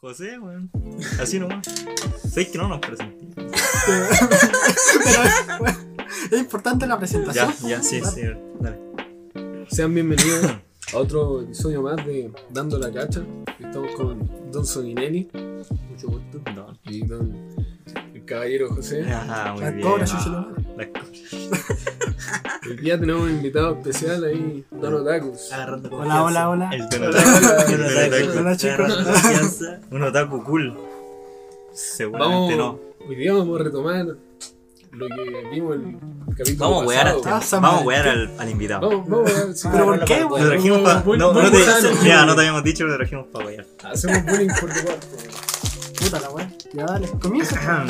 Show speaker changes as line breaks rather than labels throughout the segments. José, weón. Así nomás. Sé que no nos presenté.
Pero bueno, es importante la
Ya,
presentación.
ya, sí, sí. Dale.
Sean bienvenidos a otro episodio más de Dando la Cacha. Estamos con Don Soninelli
Mucho gusto. No.
y Don el Caballero José.
Ah, muy
Las
bien.
cobras,
Ah,
yo se lo-
las cobras.
Hoy día tenemos un invitado especial ahí, Don Otakus.
Ah,
Agarrando
Hola, hola, hola.
El de
Hola,
El
hola,
de
hola,
otaku.
chicos.
Agarrando confianza.
Un otaku cool. Seguramente
Vamos,
este no.
hoy día vamos a retomar lo que vimos el capítulo
Vamos a wear al
pasado.
tema.
Ah, San
Vamos a
Valentín.
wear al, al invitado.
Vamos, vamos a wear, sí.
¿Pero por
Ah,
qué,
no,
Lo
weón?
trajimos para.
Buen-
No,
buen
no te,
gusano.
mira, no te habíamos dicho, lo trajimos para guayar.
Hacemos bullying por tu parte.
Puta la weón. Ya dale, comienza.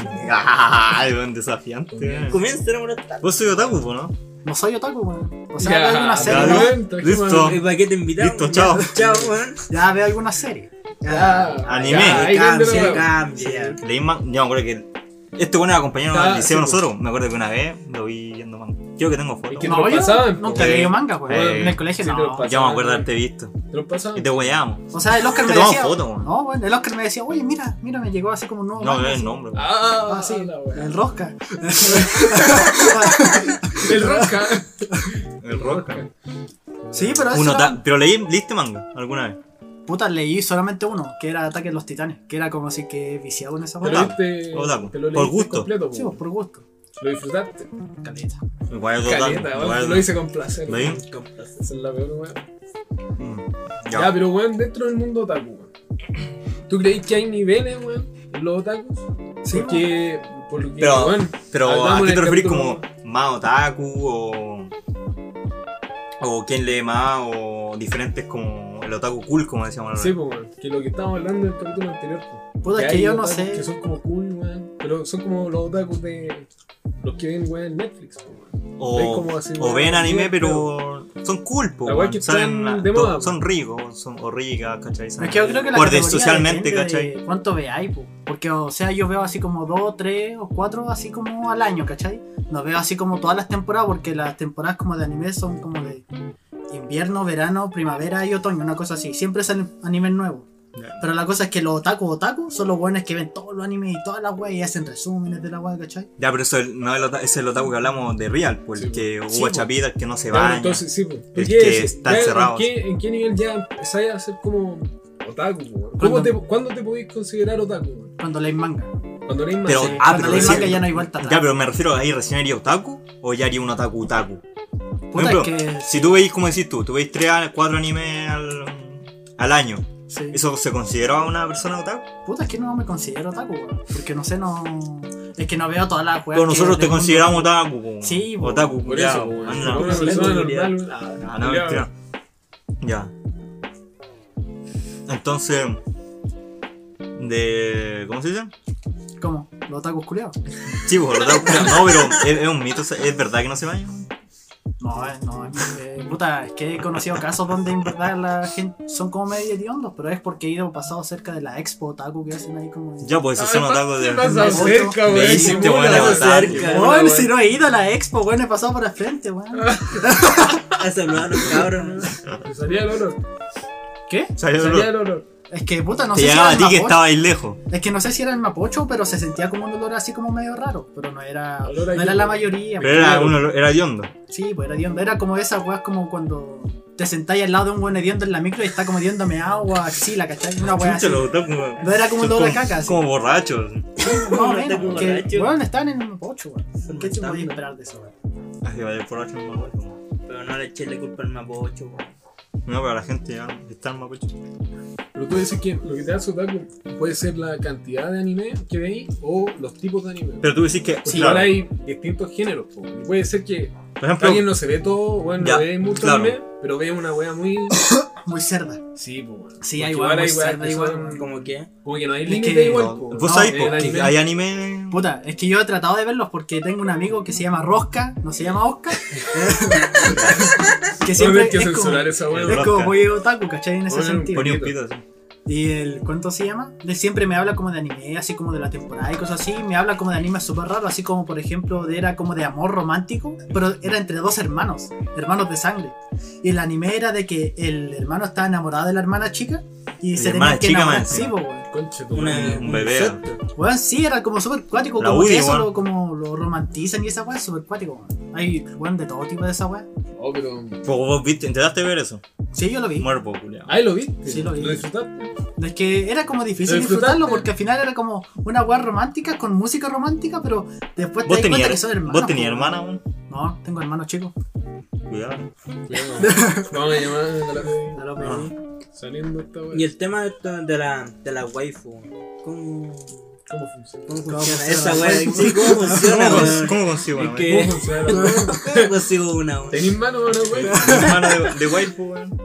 Ay, weón, desafiante. weón.
Comienza a enamorar.
Vos soy otaku, po, ¿no?
No soy otaku, weón. O sea,
Ya,
veo alguna serie,
ya,
weón.
bien, trajimos
listo.
al-
¿Para qué te invitamos?
Listo, chao.
Chao, weón.
Ya veo alguna serie.
Ya,
Anime.
ya, ahí viene
Cambia,
la-
cambia.
Leí man... Yo me acuerdo que. Este bueno era compañero
Ah,
del liceo
sí,
nosotros. Me acuerdo que una vez lo vi viendo manga. Creo que tengo fotos.
que
Yo
te
No,
lo
yo
pasaban,
nunca
po.
leí manga, weón.
Eh,
En el colegio
sí te lo
no.
pasaban.
me acuerdo de haberte visto.
¿Te lo pasamos?
Y te weyamos.
O sea, el Oscar
Te
me
toman
decía.
foto, weón.
No, weón. El Oscar me decía, oye, mira, mira, me llegó así como un nuevo.
No, no
manga,
es
así.
el nombre. weón.
Ah,
Ah, sí,
la wea.
el Rosca.
El Rosca.
El Roca.
Ah,
sí, pero eso.
Uno
era-
ta- Pero leí, ¿leíste manga alguna vez?
Puta, leí solamente uno, que era Ataque de los Titanes, que era como así que viciado en esa
Te
weón.
lo
Otaku.
diste-
Otaku.
te lo
Por
leíste
gusto.
completo, po.
Sí, pues, por gusto.
Lo disfrutaste.
Caleta.
Igual es otaku,
Caleta,
igual
weón.
es-
Lo hice con placer.
¿Lo
weón.
hice?
Esa es la peor weón.
Mm.
Ya.
Ya.
pero weón, dentro del mundo otaku, weón. ¿Tú crees que hay niveles, weón, en los otakus?
Sí,
Porque, por lo que,
Pero-
weón,
Pero
hablamos
¿a
en
qué
el
te referís como
capítulo-
más otaku o. o quién lee más o diferentes como el otaku cool, como decíamos la
Sí,
vez.
pues, weón, que lo que estábamos hablando en el capítulo anterior, po.
Puta, es
hay
que yo no
otakus
sé.
Que son como cool, weón. Pero son como los otakus de. los que ven, weón, en Netflix, po, weón. Ven
O,
como así,
o
weón,
ven anime,
bien,
pero son cool, po,
La weá
weón.
que
Salen
están
a-
de
to-
moda, po.
son ricos son, o ricas, ¿cachai?
Pero es que yo creo que la
Por de-
categoría
socialmente,
depende
¿cachai?
de ¿Cuánto veáis, po? Porque, o sea, yo veo así como dos, tres o cuatro así como al año, ¿cachai? No veo así como todas las temporadas, porque las temporadas como de anime son como de invierno, verano, primavera y otoño, una cosa así. Siempre salen animes nuevos. Pero la cosa es que los otaku otaku son los buenos que ven todos los animes y todas las weas y hacen resúmenes de la wea, ¿cachai?
Ya, pero eso es el- no es el, ota- es el otaku que hablamos de Real, pues
Sí,
el que
po.
hubo
Sí, po.
chapita, el que no se
Claro,
baña.
entonces, sí, pues.
El
¿Y
que
es?
está
Ya,
encerrado.
¿en qué, en qué nivel ya empezáis a ser como otaku? po? ¿Cómo
Cuando-
te, ¿Cuándo te podéis considerar otaku? po?
Cuando lees manga.
Cuando leéis más.
Pero-
Sí,
ah,
cuando
pero
lees
recién-
manga ya no hay vuelta atrás.
Ya, pero me refiero ahí recién haría otaku o ya haría un otaku otaku. Por
Puta,
ejemplo,
es que...
si tú veis, como decís tú, tú veis 3 a 4 animes al, al año,
sí.
¿eso se consideraba una persona otaku?
Puta, es que no me considero otaku, weón. Porque no sé, no. Es que no veo todas las weas.
Pero
que
nosotros te
del mundo-
consideramos otaku. po.
Sí, po.
otaku,
Por
ya,
eso,
po.
weón.
Ah,
Pero
no.
una persona normal, weón.
Ah, no,
Ya.
mentira. Ya. Entonces. De. ¿Cómo se dice?
¿Cómo? ¿Los otakus culiados?
Sí, pues, los otaku- No, pero es, es un mito, es verdad que no se bañan.
No, eh, no. eh, puta, es que he conocido casos donde en verdad la gente son como medio hediondos, pero es porque he ido pasado cerca de la expo otaku que hacen ahí como.
Ya, pues eso
Ah,
son otaku
¿qué
de.
pasa
de-
cerca,
de-
weón?
de- hiciste
¿Cómo
buena
la vas a
batalla.
cerca,
Weón,
weón?
si no he ido a la expo, weón, he pasado por el frente, weón.
A saludar a los cabros.
Te salía el olor.
¿Qué?
Te
Salió el
salía
olor.
el olor.
Es que puta, no
Te
sé si
llegaba
era
a
el
ti que
mapocho.
estaba ahí lejos.
Es que no sé si era el mapocho, pero se sentía como un olor así como medio raro. Pero no era.
Olor a
No era
hielo.
la mayoría.
Pero era, un olor- era hediondo.
Sí, pues era hediondo. Era como esas weas como cuando te sentáis al lado de un buen hediondo en la micro y está como hediondándome agua, axila, ¿cachai? Una wea así.
Chucha, los
No
otaku.
era como un
son
olor a caca, así.
Como borrachos.
No,
Está
menos,
como
que,
borracho.
Weón, estaban en el 8, weón. ¿Qué te
Están-
podías esperar de eso, weón?
Así vaya, borracho no me acuerdo.
Pero no le eché la culpa al mapocho, weón.
No, pero la gente ya está en mapuche.
Pero tú dices que lo que te hace otaku puede ser la cantidad de anime que veis o los tipos de anime.
Pero tú decís que.
Porque
claro,
ahora hay distintos géneros. po. Y Puede ser que
por ejemplo,
alguien no se ve todo, bueno,
Ya,
no ve mucho
claro.
anime, pero ve una wea muy.
Muy cerda.
Sí, pues, bueno.
Sí,
Porque
hay weas muy
weas
cerdas
que
igual,
son
weón.
Como,
Como que.
como que no hay
Es
límite
que-
igual. pues,
no,
po.
vos
No,
sabés
el
po, que
anime.
hay anime.
Puta, es que yo he tratado de verlos porque tengo un amigo que se llama Rosca, no se llama Oscar. que
Vos
siempre
tenés que
es como,
censurar esa wea.
Pero-
es como muy otaku, ¿cachai? En ese
Bueno,
sentido.
Ponía un pito así.
Y el, ¿cuánto se llama? Él siempre me habla como de anime, así como de la temporada y cosas así. Me habla como de anime súper raro, así como por ejemplo de- era como de amor romántico, pero era entre dos hermanos, hermanos de sangre. Y el anime era de que el hermano estaba enamorado de la hermana chica Y
Mi
se
hermana
tenían que
chica
enamorar,
más
sí,
encima.
po, weón.
Conche tu
Una-
madre.
un bebé.
insecto.
Weón, sí, era como súper cuático,
La
como que
Udi,
eso
weón.
lo, como lo romantizan y esa weá es súper cuático, weón. Hay weón de todo tipo de esa weá.
Oh, pero.
Pues vos viste, intentaste ver eso.
Sí, yo lo vi.
Muervo, culiao.
Ah,
Ahí lo viste.
Sí, lo vi.
disfrutaste?
Es que era como difícil
¿Lo disfrutaste?
disfrutarlo porque al final era como una weá romántica con música romántica, pero después te
¿Vos
das cuenta que
tenías,
son hermanos.
¿Vos tenías
po.
hermana, weón?
No, tengo hermanos chicos.
Cuidado.
Cuidado. Vamos a llamar a la-
Ya lo pedí.
Ah.
Saliendo esta wea.
Y el tema de, esto- de la, de la waifu. ¿Cómo,
¿Cómo funciona?
cómo
¿Cómo
funciona
funciona
esa
la
wea?
waifu?
Sí, ¿cómo funciona,
Ah, ¿Cómo,
weón?
cons- cómo consigo
Es
una,
que-
¿Cómo funciona la wea?
¿Cómo consigo una, weón?
¿Tenís mano o no, wea?
weón? Hermana de, de waifu, weón.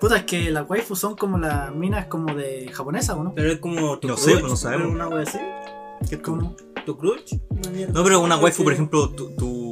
Puta, es que las waifu son como las minas como de japonesa, ¿o no?
Pero es como tu
No
crush.
sé, pues no sabemos.
pero una wea así.
¿Qué tú?
Como
¿Tu crush? Una mierda.
No, pero una waifu, por
Sí.
ejemplo, tu. tu.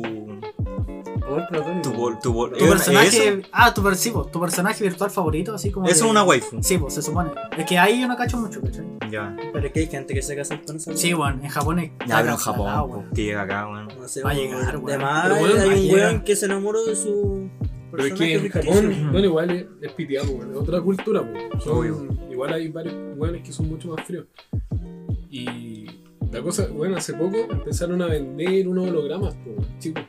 Amor platónico.
tu. bol- tu, bol-
tu
¿eh,
personaje.
¿Eso?
Ah, tu percibo, tu personaje virtual favorito, así como.
Eso
de-
es una waifu.
Sí, pues se supone. Es que ahí yo no cacho mucho, ¿cachai?
Ya.
Pero es que hay gente que se casa con esa wea.
Sí, weón, en Japón es.
Ya, pero en
está
Japón,
cancelado,
po,
weón.
que llega acá, weón.
No sé,
Va a
weón.
llegar, weón.
De más,
Pero, weón,
hay un
llega.
weón que se enamoró de su.
Pero es que en
personaje
Japón,
ficticio.
bueno, igual es, es piteado, weón. Es otra cultura, weón. Son-
Obvio.
Igual hay varios weones que son mucho más fríos. Y la cosa, bueno, hace poco empezaron a vender unos hologramas, po, weón, chicos.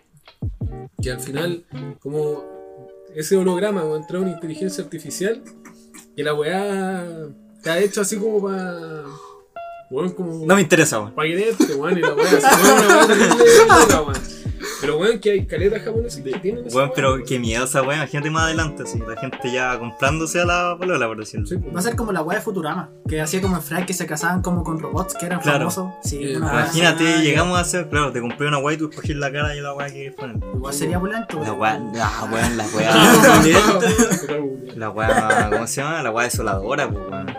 Que al final, como ese holograma, weón, trae una inteligencia artificial que la weá está hecho así como para. Weón, como.
No me interesa, weón.
Paquete, este, weón, y la weá. así, weón, una weá terrible loca, weón. Pero weón, que hay caletas japonesas que tienen esa
Weón, pero
weá,
qué miedo esa weón. Imagínate más adelante, así. La gente ya comprándose a la polola, por decirlo.
Sí, pues. po.
Va a ser como la weá de Futurama, que hacía como en Fry que se casaban como con robots que eran
Claro.
famosos. Sí,
Eh,
una weá.
Imagínate,
Ah, ya.
llegamos a hacer, claro, te compré una guay, tú escogís la cara y la guay que quieres poner.
Igual sería opulento,
La
weón.
guay, la guay, la Ah, guay.
Pero
La guay, ¿cómo se llama? La guay desoladora, pues, weón.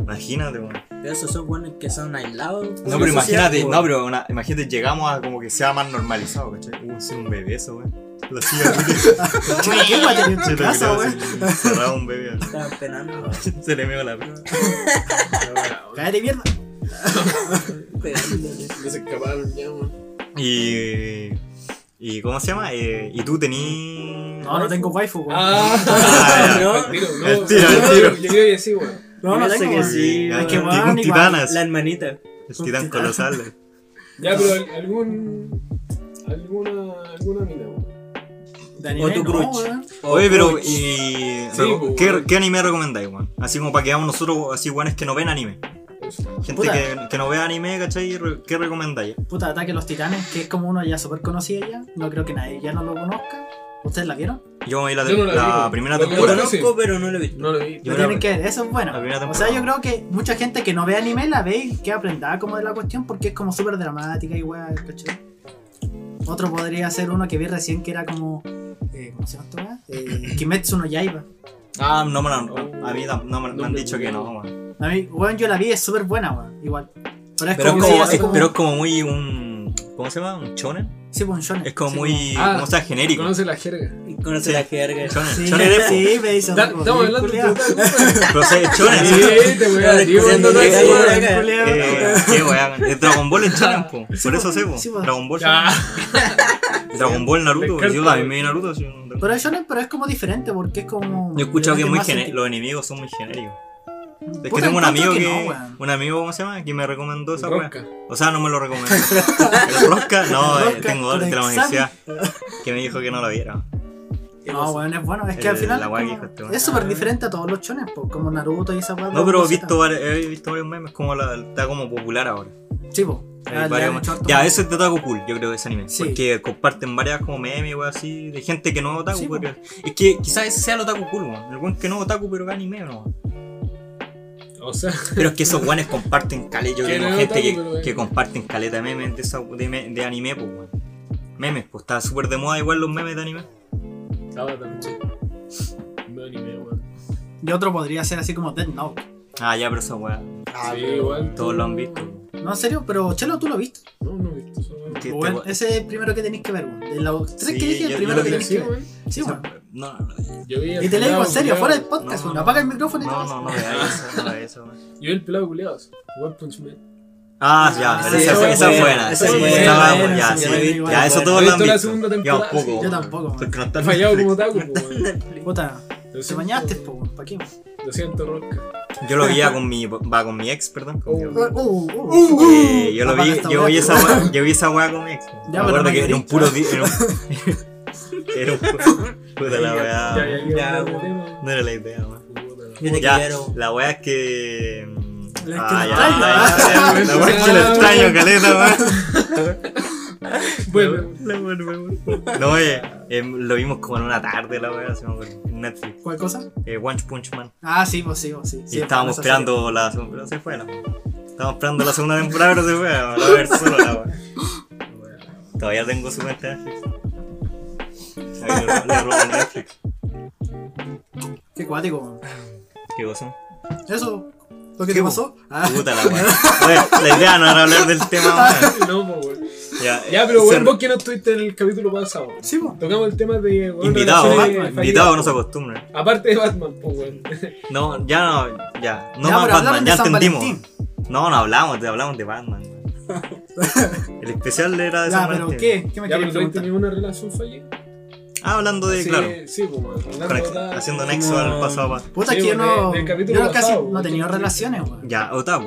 Imagínate, weón.
Pero esos son weones que son aislados.
No, pero imagínate, no, pero una- imagínate, llegamos a como que sea más normalizado, ¿cachai? Uh, ser un bebé eso, weón. La silla,
Chuta, ¿qué weá tenía en tu casa, weón?
Cerrado un bebé. weón.
Estaban penando.
Se le meó la pena.
Cállate, mierda.
pegándole.
No se escaparon ya, weón.
Y. ¿Y cómo se llama? Eh, y tú tení.
No, no tengo waifu, weón.
Ah,
ya.
el tiro, no.
El tiro, el
Yo-
tiro.
Yo creo que sí, weón.
no, no
Parece
tengo.
que
weón.
sí,
Ya,
weón.
que,
un ¿eh?
weón, igual,
titanas.
La hermanita.
El titán
Un titán.
colosal.
Ya, pero
Ah.
al- algún. Alguna. Alguna mina, weón.
De anime,
O tu
no,
crush.
weón.
Oh, Oye, pero
Uy,
y...
Sí,
reco-
pues,
¿qué,
weón.
qué anime recomendáis, weón? Así como para que hagamos nosotros, así, weones que no ven anime. Gente
Puta.
que, que no ve anime, ¿cachai? Re- ¿Qué recomendáis?
Puta, Ataque a los Titanes, que es como uno ya súper conocido ya. No creo que nadie ya no lo conozca. ¿Ustedes la vieron?
Yo vi la,
Yo no la
la
vi, weón.
primera
Lo
Lo
temporada.
creo que sí.
conozco, pero no lo he visto.
No lo vi.
Yo
Lo
la
tienen
vi.
que ver, eso es bueno.
La primera
O sea, yo
temporada.
creo que mucha gente que no ve anime la ve y queda prendada como de la cuestión porque es como súper dramática y weá, ¿cachai? Otro podría ser uno que vi recién que era como. eh, ¿Cómo se llama esta weá? Eh, Kimetsu no Yaiba.
Ah, no me la, a mí tam- no me, me han
No,
dicho que no,
no.
weón.
A mí, weón, yo la vi, es súper buena, weón, igual. Pero es
Pero es
como.
como,
sí,
es- pero es como muy un... ¿Cómo se llama? ¿Un shonen?
sí, pues, un shonen.
Es como
Sí,
muy...
Ah.
¿Cómo se llama? Genérico.
Conoce la jerga.
Y Conoce
Sí.
la jerga.
Shonen.
pues. Sí,
Shonen es,
sí, me dicen.
Da- Estamos hablando de
culiao.
po.
otaku,
Pero sí, es
weón.
shonen.
Sí,
sí.
te weá, tío,
Sí,
weón, no
sí,
te
sí,
weá.
sí.
Eh, qué weá, es Dragon Ball es shonen, po. Por eso sé, po.
sí, po.
Dragon Ball
Ya.
shonen. Dragon Ball Naruto,
Me
yo
encanta,
también me vi Naruto. sí, no tengo-
Pero es shonen, pero es como diferente porque es como.
Yo he escuchado que es muy
más
gene-
senti-
los enemigos son muy genéricos. Es que
Puta,
tengo un
encuentro
amigo que,
no, weón.
un amigo ¿cómo se llama? que me recomendó esa weá.
Rosca.
O sea, no me lo recomendó. ¿El rosca? No, eh,
Rosca,
tengo otro de la
con
universidad que me dijo que no lo viera.
No, bueno, es bueno. Es que
El-
al final
la
es
guay que
como-
dijo este
es súper diferente a todos los chones, po, como Naruto y esa guay.
No, pero he
cosita.
visto, vari- he visto varios memes como la, está como popular ahora.
Sí, po.
Hay
Ah, Ya,
varios-
ya, short,
ya,
po.
eso es de Otaku Cool, yo creo que ese anime.
Sí.
Porque comparten varias como memes o así de gente que no es Otaku.
Sí,
podría- Es que quizás ese sea el Otaku Cool, weón. El weón que no es Otaku, pero que anime, no.
O sea,
Pero es que esos guanes comparten caleta. Yo
Que
tengo
no es
gente
otaku,
que,
pero es-
que comparten caleta de memes de, esa- de, me- de anime, pues, weón. Memes, pues está súper de moda igual los memes de anime.
estaba tan No anime, weón.
Y otro podría ser así como Dead Note.
Ah, ya, pero esa weá.
Ah,
Sí, igual.
Todos lo han visto. weón.
No, en serio, pero Chelo, tú lo viste.
No, no he visto eso, weón.
Que
Bueno,
este
ese es el primero que tenéis que ver, weón. De los tres
Sí,
que dije,
yo-
el
yo
primero
lo
que
que
tenéis que
decía,
ver.
weón.
Sí,
esa-
weón.
No, no,
Yo vi al
Y te lo digo en
pelado
serio,
culiao.
fuera del podcast,
No,
weón.
no,
Apaga el micrófono y te
no,
vas.
no, no, vea eso, no vea eso. weón.
Yo vi el pelado culiado. One Punch Man.
Ah, ya,
Ah,
pero
sí,
esa,
esa
esa es
es
buena,
buena.
esa
Esa
es
sí,
buena,
esa va,
buena,
ya,
esa
sí.
es buena,
Ya,
igual.
eso
He
todos lo han
visto la
visto.
segunda
Ya, un
temporada,
poco.
sí.
Yo
weón.
tampoco,
Porque
weón.
no está en
Fallado como
Netflix.
otaku, weón.
Puta.
Lo
Te
siento-
bañaste, po, weón, ¿pa' qué? weón?
Lo siento, Roca.
Yo lo vi a con mi, va con mi ex, perdón. con mi-
Oh.
Uh, uh,
Uh, uh.
Eh, yo lo
Apaga
vi,
esta
yo
weá,
vi esa
weón.
weá, yo vi esa weá con mi ex. Me
pero
acuerdo
no
que era un
grita.
puro di- era un, era un pu- puta la
Ya,
weá.
ya,
Ya,
ya.
bueno.
No era la idea, weón.
Yo te
Ya,
quiero.
la weá es que. mm,
La
ah,
que
ya,
lo extraño,
ya, ya,
¿eh?
La weá es que lo extraño, caleta, weón.
Bueno,
La weá, la weá. No, eh, eh, lo vimos como en una tarde, la weá, así me acuerdo, en Netflix.
¿Cuál cosa?
Eh, One Punch Man.
Ah, sí, pues sí, pues sí.
Y
sí,
estábamos
pues, esa
esperando la segunda. Pero se fue, la Estábamos esperando la segunda temporada, pero se fue. La voy a ver solo, la wea. Todavía tengo su cuenta de Netflix. Ahí le- le robo Netflix.
serie. Qué cuático, weón.
¿Qué cosa?
Eso, lo que
¿Qué,
te
po?
pasó. Ah,
Puta la wea. Oye, La idea no era hablar del tema, wea.
no, po, weón.
Ya, eh,
Ya, pero
bueno
bueno, vos que no estuviste en el capítulo pasado.
sí, pues. po.
Tocamos el tema de. weón,
Invitado,
relaciones
¿va?
fallidas,
invitado no
po.
se acostumbra.
Aparte de Batman, pues, weón.
No, ya no, ya. No
Ya,
más
pero
Batman,
hablamos de
ya
San
entendimos.
Valentín.
No, no hablamos, te hablamos de Batman. wea. El especial era de
Ya,
San
pero
Valentín.
¿qué? ¿Qué me
Ya,
querías
pero tú has
preguntar?
tenido una relación fallida.
Ah, hablando de,
sí,
claro,
Sí, pues, weón.
conect-
Hablando-
haciendo nexo al pasado. pa-
Puta,
Sí,
que yo
porque
no.
del capítulo
Yo no casi
pasado,
no he tenido
porque-
relaciones, weón.
Ya, Otaku.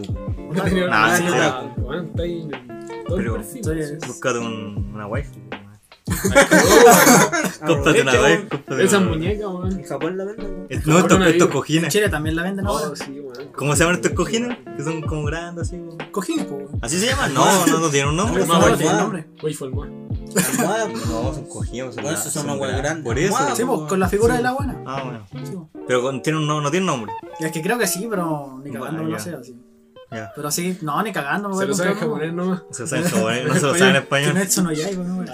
No tenía
Nah,
nada,
sí,
nada,
era-
weón, está ahí en el- todo el
Pero-
perfil,
Estoy-
sí.
Búscate un, una waifu. weón.
Ah,
Aprovecha,
Cómprate una waifu.
weón.
cómprate
Esas
una-
muñecas, weón.
En Japón la venden.
Es- No, estos,
Ahora
estos
digo.
En
cojines.
Chile también la venden ahora.
Oh, sí, weón.
¿Cómo se llaman estos cojines? Que son como grandes así. weón.
Cojín, po, weón.
¿Así se llaman? No, no, no tienen un nombre.
No,
son
No, no
waifus.
tiene
weón.
nombre.
Waifu al mar.
Almohada, pues.
No, son cojines.
Bueno, esos son
una
unos weas grandes.
Por eso.
Wow.
Sí, po, con la figura de la buena.
Ah, bueno.
Sí, po.
Pero con- tiene un, no, no tiene nombre.
Y es que creo que sí, pero ni
Bueno,
cagando no
ya.
sé así.
Ya.
Pero sí, no, ni cagando, me voy
Se
a
lo sabe
comprar uno.
japonés nomás.
No se lo sabe en japonés, no se lo sabe en
Que no
español.
es Tsunoyaibo, no, weón.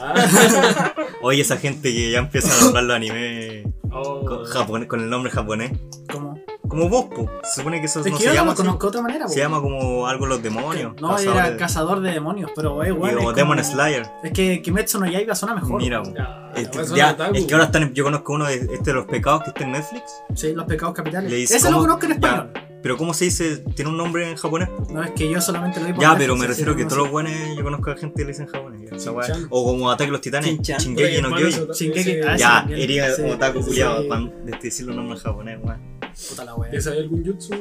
Oye, esa gente que ya empieza a nombrar los animes
Oh.
con, japonés- con el nombre japonés.
¿Cómo?
Como vos, po. Se supone que eso
Es
no
que
se
yo no
llama.
lo
así.
conozco de otra manera, po.
Se llama como algo los demonios.
No,
cazadores
era
de-
cazador de demonios, pero es
Y
bueno. es
como
como-
Demon Slayer.
Es que Kimetsu no Yaiba suena mejor.
Mira, po.
Ya,
Este,
la
ya,
persona otaku.
es que ahora están, yo conozco uno de, este de los pecados que está en Netflix.
Sí, los pecados capitales.
Le dice
Ese lo
cómo-
conozco en español.
Ya, pero ¿cómo se dice? ¿Tiene un nombre en japonés?
No, es que yo solamente lo vi por
Ya,
Netflix,
pero me
así
refiero que
no
todos los
sé.
buenos yo conozco a gente que le dicen japonés. ya, esa
Shin-chan.
weá. O como Ataque a los Titanes,
Shin-chan.
Shingeki no
Hermano,
Kyojin.
eso-
Shingeki-
ese-
ah, sí.
Ya,
también.
Erika
Sí,
como Otaku
sí.
culiado, pan, de decir los nombres en japonés, weón.
Puta la wea.
¿Ya sabía algún jutsu?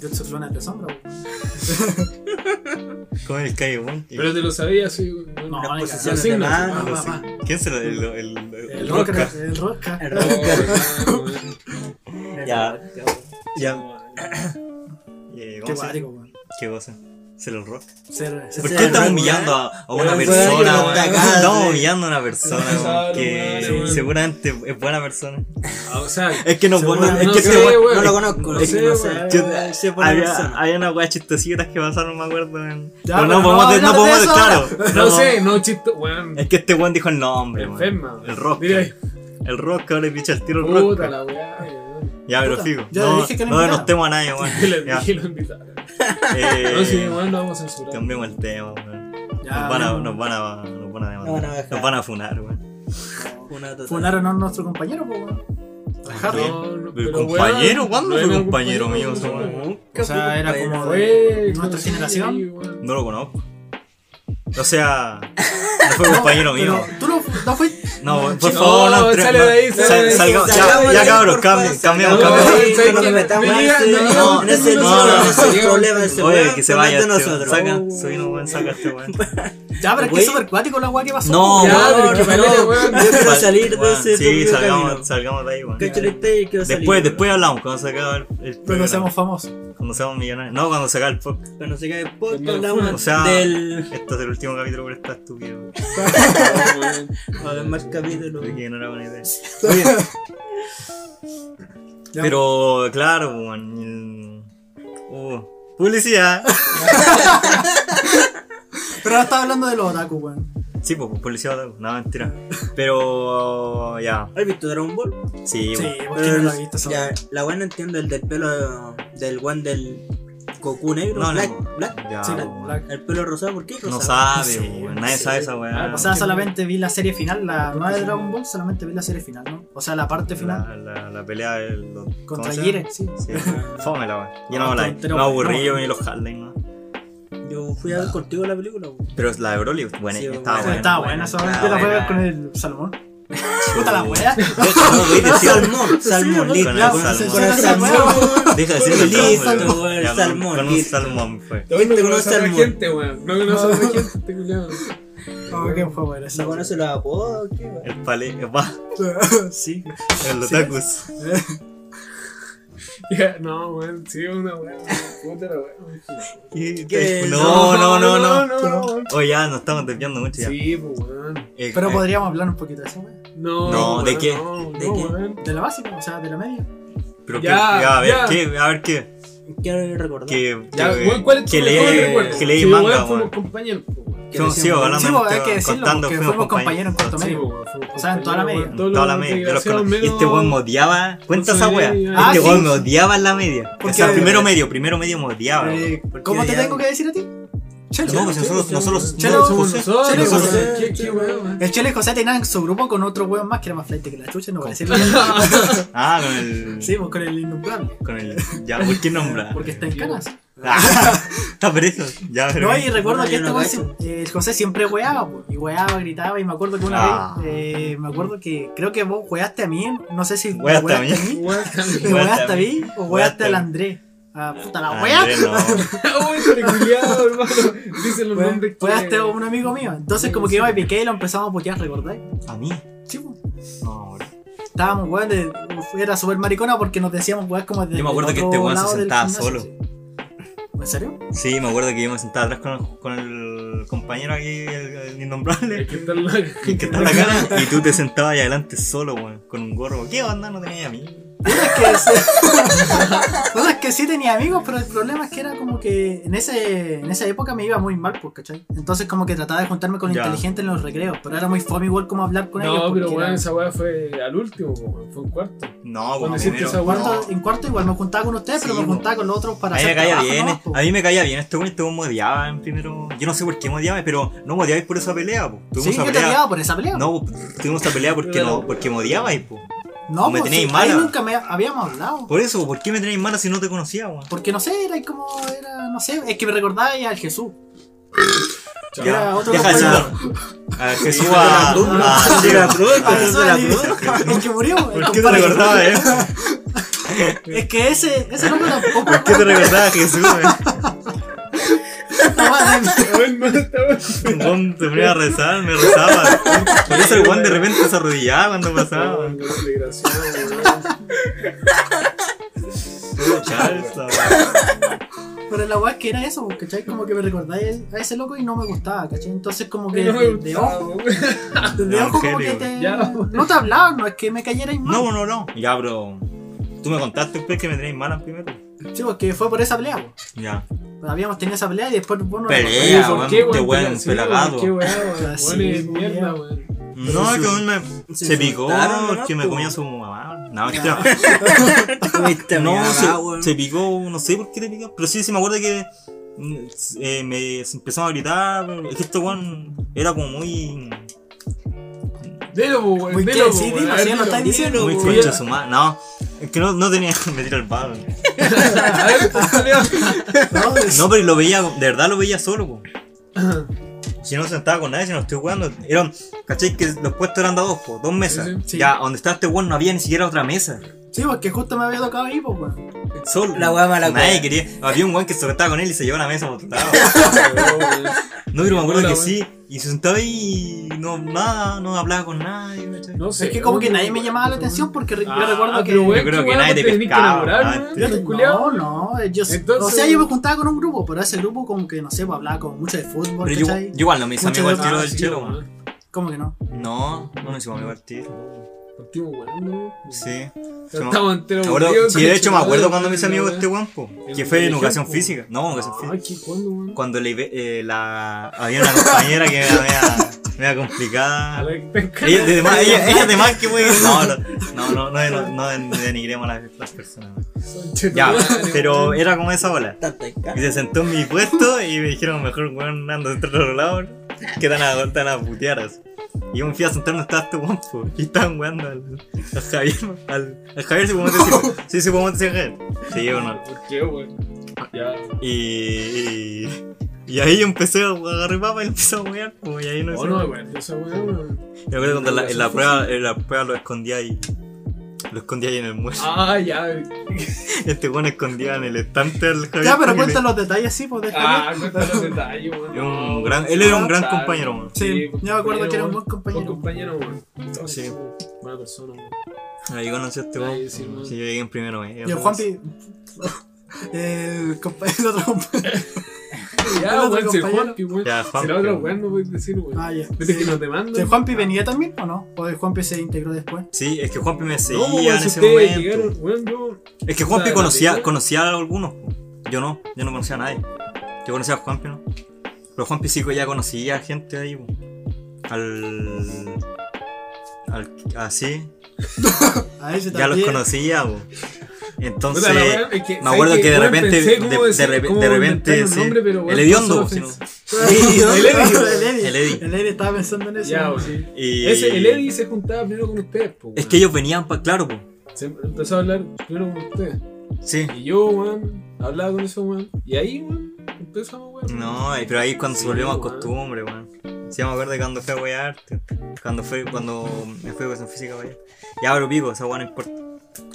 Jutsu Fluna de sombra, weón.
Como el Kai weón.
Pero te lo sabía, sí. weón.
No,
Las
vale,
posiciones
sí,
de
no,
mano.
Ah,
no
va,
sé.
va.
¿Quién se lo.? El, el, el,
El
Roca.
Rosca. El Rosca.
El
Oh,
rocker.
hermano, weón.
Ya. Ya.
Ya.
eh,
Qué
¿Cómo se dice?
guático, weón.
¿Qué cosa? Se lo rock.
Ser- ser-
¿Por
Sí,
qué estamos
weón,
humillando a, a una
Weón,
persona?
que no
weón?
está acá,
estamos
sí.
humillando a una persona
Claro,
weón, que
weón, weón.
seguramente es buena persona.
Ah, O sea,
Es que no,
Seguro,
no- es
no
que
sé,
este weón-
weón.
No lo conozco,
No
no
sé,
sé, no
weón.
sé.
Yo-
sé por la
había,
persona.
había unas weas chistositas que pasaron, me acuerdo. weón. pero
Ya,
no
pero no
podemos, no
hablar de
podemos,
eso
claro.
no sé, no chisto. Weón,
Es que este weón dijo el nombre. weón.
enferma. weón.
El rock.
Mira ahí.
El rock, ahora le picha el tiro el rock.
Puta la weá, weón.
Ya, pero
Puta,
fijo.
ya
no
le dije que lo
no
invitara.
denostemos a nadie,
Que les
weón. Ya,
dije lo invitaron.
eh,
No, sí, weón, no vamos a censurar.
Cambiemos el tema, weón.
Ya,
Nos van a,
no.
nos van a, nos van a
Nos van a
demandar.
bajar.
Nos van a funar, weón.
Una total.
Funaron a nuestro compañero, po, weón. A
Sí.
Harry.
No, no,
¿El
pero,
compañero?
weón,
¿Cuándo
no
fue
era
compañero mío,
no,
ese weón?
weón.
Nunca
O sea,
fui
era
compañero.
como-
Fue
¿Nuestra
conocido
generación?
ahí, weón.
No lo conozco. O sea, no fue compañero mío.
Pero, ¿Tú no, fu- no fuiste?
No, por
No,
favor, no,
sale
no,
de ahí,
sal-
sale de ahí.
salga-
Salgamos
ya,
de
ya
ahí,
cabros,
por
cambiamos,
favor,
cambiamos,
salgamos
cambiamos.
de ahí,
No,
que no nos metamos
me
en
digan,
ese-
no,
en ese-
no,
no, no,
ese
no, no,
problema, ese
Oye,
weón,
que se
no es
vaya,
de
este weón.
nosotros.
saca,
Oh.
subimos, weón, saca este weón.
Ya, pero es que
Güey.
es súper cuático la weá que pasó.
No,
po,
Ya,
weón.
weón.
pero que
no,
parece,
no.
weón.
Yo quiero salir de
Weón,
ese
Sí,
turbio
salgamos,
camino.
salgamos de ahí, weón.
Cacho, le estoy- quiero salir.
Después, después hablamos, cuando se acaba el, el
Pero no
programa.
seamos famosos.
Cuando seamos millonarios. No, cuando se acaba el podcast.
Cuando se cae el podcast,
Primero
hablamos
fue.
O sea,
del.
Esto es el último capítulo por esta estúpida, weón.
weón.
o del más capítulo.
Así que no era buena idea.
Ya.
Pero, claro, weón. el- Uh, publicidad.
Pero ahora estaba hablando de los otaku, weón.
Sí, pues publicidad, otaku. no, mentira. Pero, ya.
¿Has visto Dragon Ball?
Sí,
Sí,
weón.
¿por qué no lo has visto esa
Ya,
weá?
la buena entiendo el del pelo del guan del Goku negro,
No, no.
Black, Black,
Ya,
Sí, pues,
weón.
Black.
el pelo rosado, ¿por qué? Rosado?
No sabe,
Sí,
weón. nadie
sí.
sabe esa weá.
Ah,
O sea,
Entiendo.
solamente vi la serie final, la nueva de Dragon Ball, solamente vi la serie final, ¿no? O sea, la parte final
la, la, la pelea de los. ¿cómo
contra
se llama?
Jiren, sí.
Sí, fome la weá. Yo
Ah,
no la
tontero,
No
weón.
aburrí yo
No.
ni los Harlem, ¿no?
Yo fui a ver contigo la película. güey.
Pero la de Broly, Ah, bueno,
Sí,
estaba
weón.
buena.
Estaba buena, esa weá. Yo la
estaba
voy a ver
buena.
con el Salomón. Puta la wea.
De hecho, no podéis decir
Salmón, salmón,
no,
listo.
con el
con
salmón.
Con el
Esa
salmón.
Deja de ser
Listo,
salmón,
con el
Ya, con-
salmón,
Con un
listo.
salmón fue.
Lo viste con un
conoces a la
salmón.
gente, weón. No conoces a la gente, culiao.
Oh, qué fue bueno esa
¿No conoce los apodos? ¿Qué va?
El palé. Va.
Sí.
El otakus.
Ya, No, weón. Sí, una weón. Puta la weón.
¿Qué?
No, no, no, no.
No, no, weón.
Oye, ya nos estamos desviando mucho ya.
Sí, pues weón.
Eh,
Pero
eh,
podríamos hablar un poquito de esa wea.
No,
No, ¿de
weón,
qué?
No,
¿De
no,
qué?
weón.
De la básica, o sea, de la media.
pero
Ya,
que- ya, a ver,
ya.
¿qué? A ver, ¿qué?
Quiero recordar.
Que,
Ya,
que-
weón, ¿cuál es tu
que
mejor
leí-
recuerdo?
que leí
Sí,
manga,
weón, fuimos
weón.
compañeros, pues, weón.
Yo sigo hablando,
Sí, pues, hay que decirlo,
contando,
porque fuimos compañeros en cuarto
Sí,
medio.
pues, weón, fuimos
O sea, en toda la
compañeros,
media.
weón. Todos
Toda la
los
media. yo los
desgraciados
conocí.
menos-
Este weón me odiaba. Cuenta esa
Entonces,
wea.
ahí-
Ah,
Este
sí.
weón me odiaba en la media.
Porque-
O sea, primero medio, primero medio me odiaba. weón.
Eh, ¿Cómo te
odiaba?
tengo que decir a ti? Chelo.
No, pues
Chelo,
nosotros,
Chelo,
nosotros,
Chelo,
nosotros,
somos
José,
nosotros,
nosotros-
Chelo,
José.
José,
¿Qué- qué
Chelo,
weón,
José.
weón?
El Chelo y José tenían su grupo con otro weón más que era más flight que la chucha, no voy a decir
Ah, con el.
Sí, pues con el innombrable.
Con el. Ya, ¿por qué nombra?
Porque está en canas.
Ah, Está preso. Ya, pero.
No, y recuerdo
No,
que
yo no
este weón
cacho.
se- eh, el José siempre weaba, po, y weaba, gritaba, y me acuerdo que una
Ah.
vez, eh, me acuerdo que creo que vos weaste a mí, no sé si me
Weaste a mí.
Weón, también.
me weaste a mí o
Weaste
weaste
a
al
mí.
André. Ah, puta la
Ah,
wea.
Andrés, no.
Uy, este culiado, hermano. Dice los nombres que.
Weaste a un amigo mío. Entonces como que yo me piqué y lo empezamos a putear, ¿recordáis?
¿A mí?
Sí, po.
No, bro.
Estábamos, weón, de, era súper maricona porque nos decíamos, weón, como de.
Yo me acuerdo que este weón se sentaba solo.
¿En serio?
Sí, me acuerdo que yo me sentaba atrás con el, con el compañero aquí, el, el innombrable,
Aquí está el lag.
el que está en la cara, y tú te sentabas ahí adelante solo, weón, con un gorro. ¿Qué onda? No tenía a mí.
Puta, es que sí- Puta, es que sí tenía amigos, pero el problema es que era como que en, ese, en esa época me iba muy mal, pues, ¿cachai? Entonces como que trataba de juntarme con
Ya.
inteligentes en los recreos, pero era muy fome igual como hablar con ellos.
No,
porque
pero weón,
era-
esa weá fue al último, po, weón, fue un cuarto.
No,
Cuando
weón,
hiciste
primero.
esa weá,
no.
Cuarto- en cuarto igual me juntaba con ustedes, pero
Sí,
me
po.
juntaba con los otros para
A mí me
hacer
caía
trabajo,
bien,
¿no?
eh.
Po.
a mí me caía bien este weón, este weón me odiaba en primero. Yo no sé por qué me odiaba, pero no me odiabais por esa pelea, po. Tuvimos
Sí,
esa
yo te
pelea.
odiaba por esa pelea.
No, tuvimos esa pelea porque, no, porque me odiabais, po.
No,
me
pues,
tenéis
sí,
mala.
ahí nunca me habíamos hablado.
Por eso, ¿por qué me tenéis mala si no te conocía, weón?
Porque no sé, era como, era, no sé, es que me recordaba ya al Jesús.
Chao.
Era otro
deja de
compañero.
decirlo. A ver, Jesús a. a-
Sí, la cruz,
Al
Jesús
Jesús
de la
Ali,
cruz.
El que murió. el
¿Por qué te
compadre.
recordaba, eh?
Es que ese, ese nombre tampoco.
¿Por qué te recordaba a Jesús, eh? weón?
estaba de-
Weón, no, esta weá.
Weón, te ponía a rezar, me rezaba. Por eso el weón de repente se arrodillaba cuando pasaba.
Weón, weón, desgraciado, weón.
Chalza, weón.
Pero la weá es que era eso, pues, ¿cachai? Como que me recordaba a a ese loco y no me gustaba, ¿cachai? Entonces como que
No me
de, de
gustaba,
ojo,
weón.
de, de ojo como que
Evangélico.
te...
Ya.
No te hablaba, no es que me cayerais mal.
No, no, no. Ya, bro. Tú me contaste pues, que me tenéis mala primero.
Sí, porque fue por esa pelea, po.
Ya.
Habíamos tenido esa pelea y después vos no
Pelea.
recordás.
Oye,
weón,
¿por qué,
este
weón,
weón,
así,
pelagado.
weón? Qué weá, weón.
Así,
Weón, es
weón.
mierda, weón.
No, que aún me.
se
Se picó
insultaron, ¿no?
porque me
Po.
comía su mamá. No, hostia.
Fuiste
No,
mi
se,
mamá, weón.
se picó, no sé por qué te picó, pero sí, sí me acuerdo que mm, eh, me se empezamos a gritar. Es que este weón era como muy.
Delo, po, weón.
Muy
delo,
que
po,
sí,
weón.
dilo,
A ver,
sí, lo estáis
dilo,
diciendo, pues,
muy
weón.
concha su madre. No, es que no, no tenía. me tiró el palo.
A ver, pues, culiao.
No,
No, pero lo veía, de verdad lo veía solo, po. Si no sentaba con nadie, si no estoy jugando. Eran, ¿cachai? Que los puestos eran de a dos, po, dos mesas.
Sí, sí,
sí.
Ya, donde estaba este weón no había ni siquiera otra mesa.
Sí, porque justo me había tocado ahí, pues, weón.
Solo.
La weá mala
Nadie
weá.
quería. Había un weón que se sentaba con él y se llevaba la mesa por otro lado.
Weón,
No, pero me acuerdo
Hola,
que
weón.
sí. Y se sentaba ahí y no, nada, no hablaba con nadie. ¿cachai?
No sé,
Es que como que
weón,
nadie me
weón.
llamaba la atención porque re-
Ah,
yo recuerdo que...
pero weón,
Yo creo
qué
que
weá,
nadie te
tenés
pescaba,
enamorar,
ah,
weón,
te-
este culiao.
No, no, yo,
Entonces-
o sea, yo me juntaba con un grupo, pero ese grupo como que, no sé, pues, hablaba como mucho de fútbol,
Pero yo, yo
¿cachai?
igual no me hice
Mucho
amigo al
de-
tiro
Ah,
del
sí,
chelo,
weón.
weón.
¿Cómo que no?
No, no nos hicimos amigo al tiro.
Partimos volando.
Sí.
Ya estamos enteros.
Me acuerdo-
volvidos,
sí, de hecho me acuerdo
conchetumare,
cuando me hice amigo de
weón.
este weón, po,
En
que fue en
religión,
educación
po.
física. No, educación
Ay,
física.
¿qué cuándo, weón?
Cuando le eh, la. Había una compañera que era media, media
A
complicada.
la que pesca.
Ella de más, ella, ella de más que wey. No, no, no, no, no, no, no denigremos a las, las personas. weón. Ya,
Conchetumare,
pero
weón.
era como esa ola.
Tanta escala.
Y se sentó en mi puesto y me dijeron, mejor weón, ando de otro lado, que tan a, tan a putear así. Y yo me fui a sentar donde estaba este weón, po, y estaban weando al, a Javier, al, al Javier si podemos decirlo. Sí, sí podemos decir Javier. Sí, o no.
¿Por qué, weón? Ya.
Y, y, Y ahí yo empecé a agarrar papa y lo empecé a wear, po, y ahí no
Oh, No,
sé.
no, weón, esa weá, weón.
Yo creo que cuando en la, en la prueba, en la prueba lo escondía ahí. Lo escondía ahí en el mueble.
Ah, ya.
Este weón escondía en el estante al Javier.
Ya, pero
porque
cuenta los detalles, sí, pues déjame.
Ah, cuenta los detalles, weón.
Era un gran- él era un gran compañero, weón.
Sí, yo me acuerdo que era un buen compañero.
Buen compañero, weón.
Sí.
Buena persona, weón.
le- Ahí conocí a este
Ay,
weón.
sí, weón.
Sí, yo llegué en primero, eh.
y el Juanpi. Eh, El compañero, el otro compañero.
Ya,
otro
weón, si el
compañero.
Juanpi, weón.
Ya,
Si
Juanpi,
la otra
weón.
weón no puedes decir, weón.
Ah, ya.
Viste
Sí.
que nos demandan.
¿El Juanpi venía también o no? ¿O el Juanpi se integró después?
Sí, es que Juanpi me
No,
seguía
weón,
en
si
ese
ustedes
momento.
llegaron, weón, yo.
Es que Juanpi
Puta,
conocía,
la
conocía a algunos. po. Yo no, yo no conocía a nadie. Yo conocía a Juanpi, ¿no? Pero Juanpi sí que ya conocía a gente ahí, po. Al. Al. Así.
A ese
Ya los
también.
conocía, po. Entonces.
Puta, la weá, es que-
me
¿sabes
acuerdo
qué,
que de
weón?
repente-
Pensé
de-
cómo
de
decir-
re-
cómo
de repente,
inventar un
sí.
nombre, pero, weón,
El hediondo,
pasó
po, si no.
ofensa.
Sí,
el
el
Eddie. El Eddie.
Eddie.
El Eddie estaba pensando en eso.
Ya, weón, sí.
Y-
Ese, el Eddie se juntaba primero con ustedes, po,
Eh, Es
weón.
que ellos venían para. Claro, po.
Se empezó a hablar primero con ustedes.
Sí.
Y yo, weón, hablaba con eso, weón. Y ahí, weón, empezamos, weón.
No, eh, pero ahí cuando se
Sí,
volvió más
weón.
costumbre, weón. Sí, me acuerdo de cuando fui a wear, cuando fue, cuando me fui a educación física a wear. Ya, pero pico, esa weá no importa.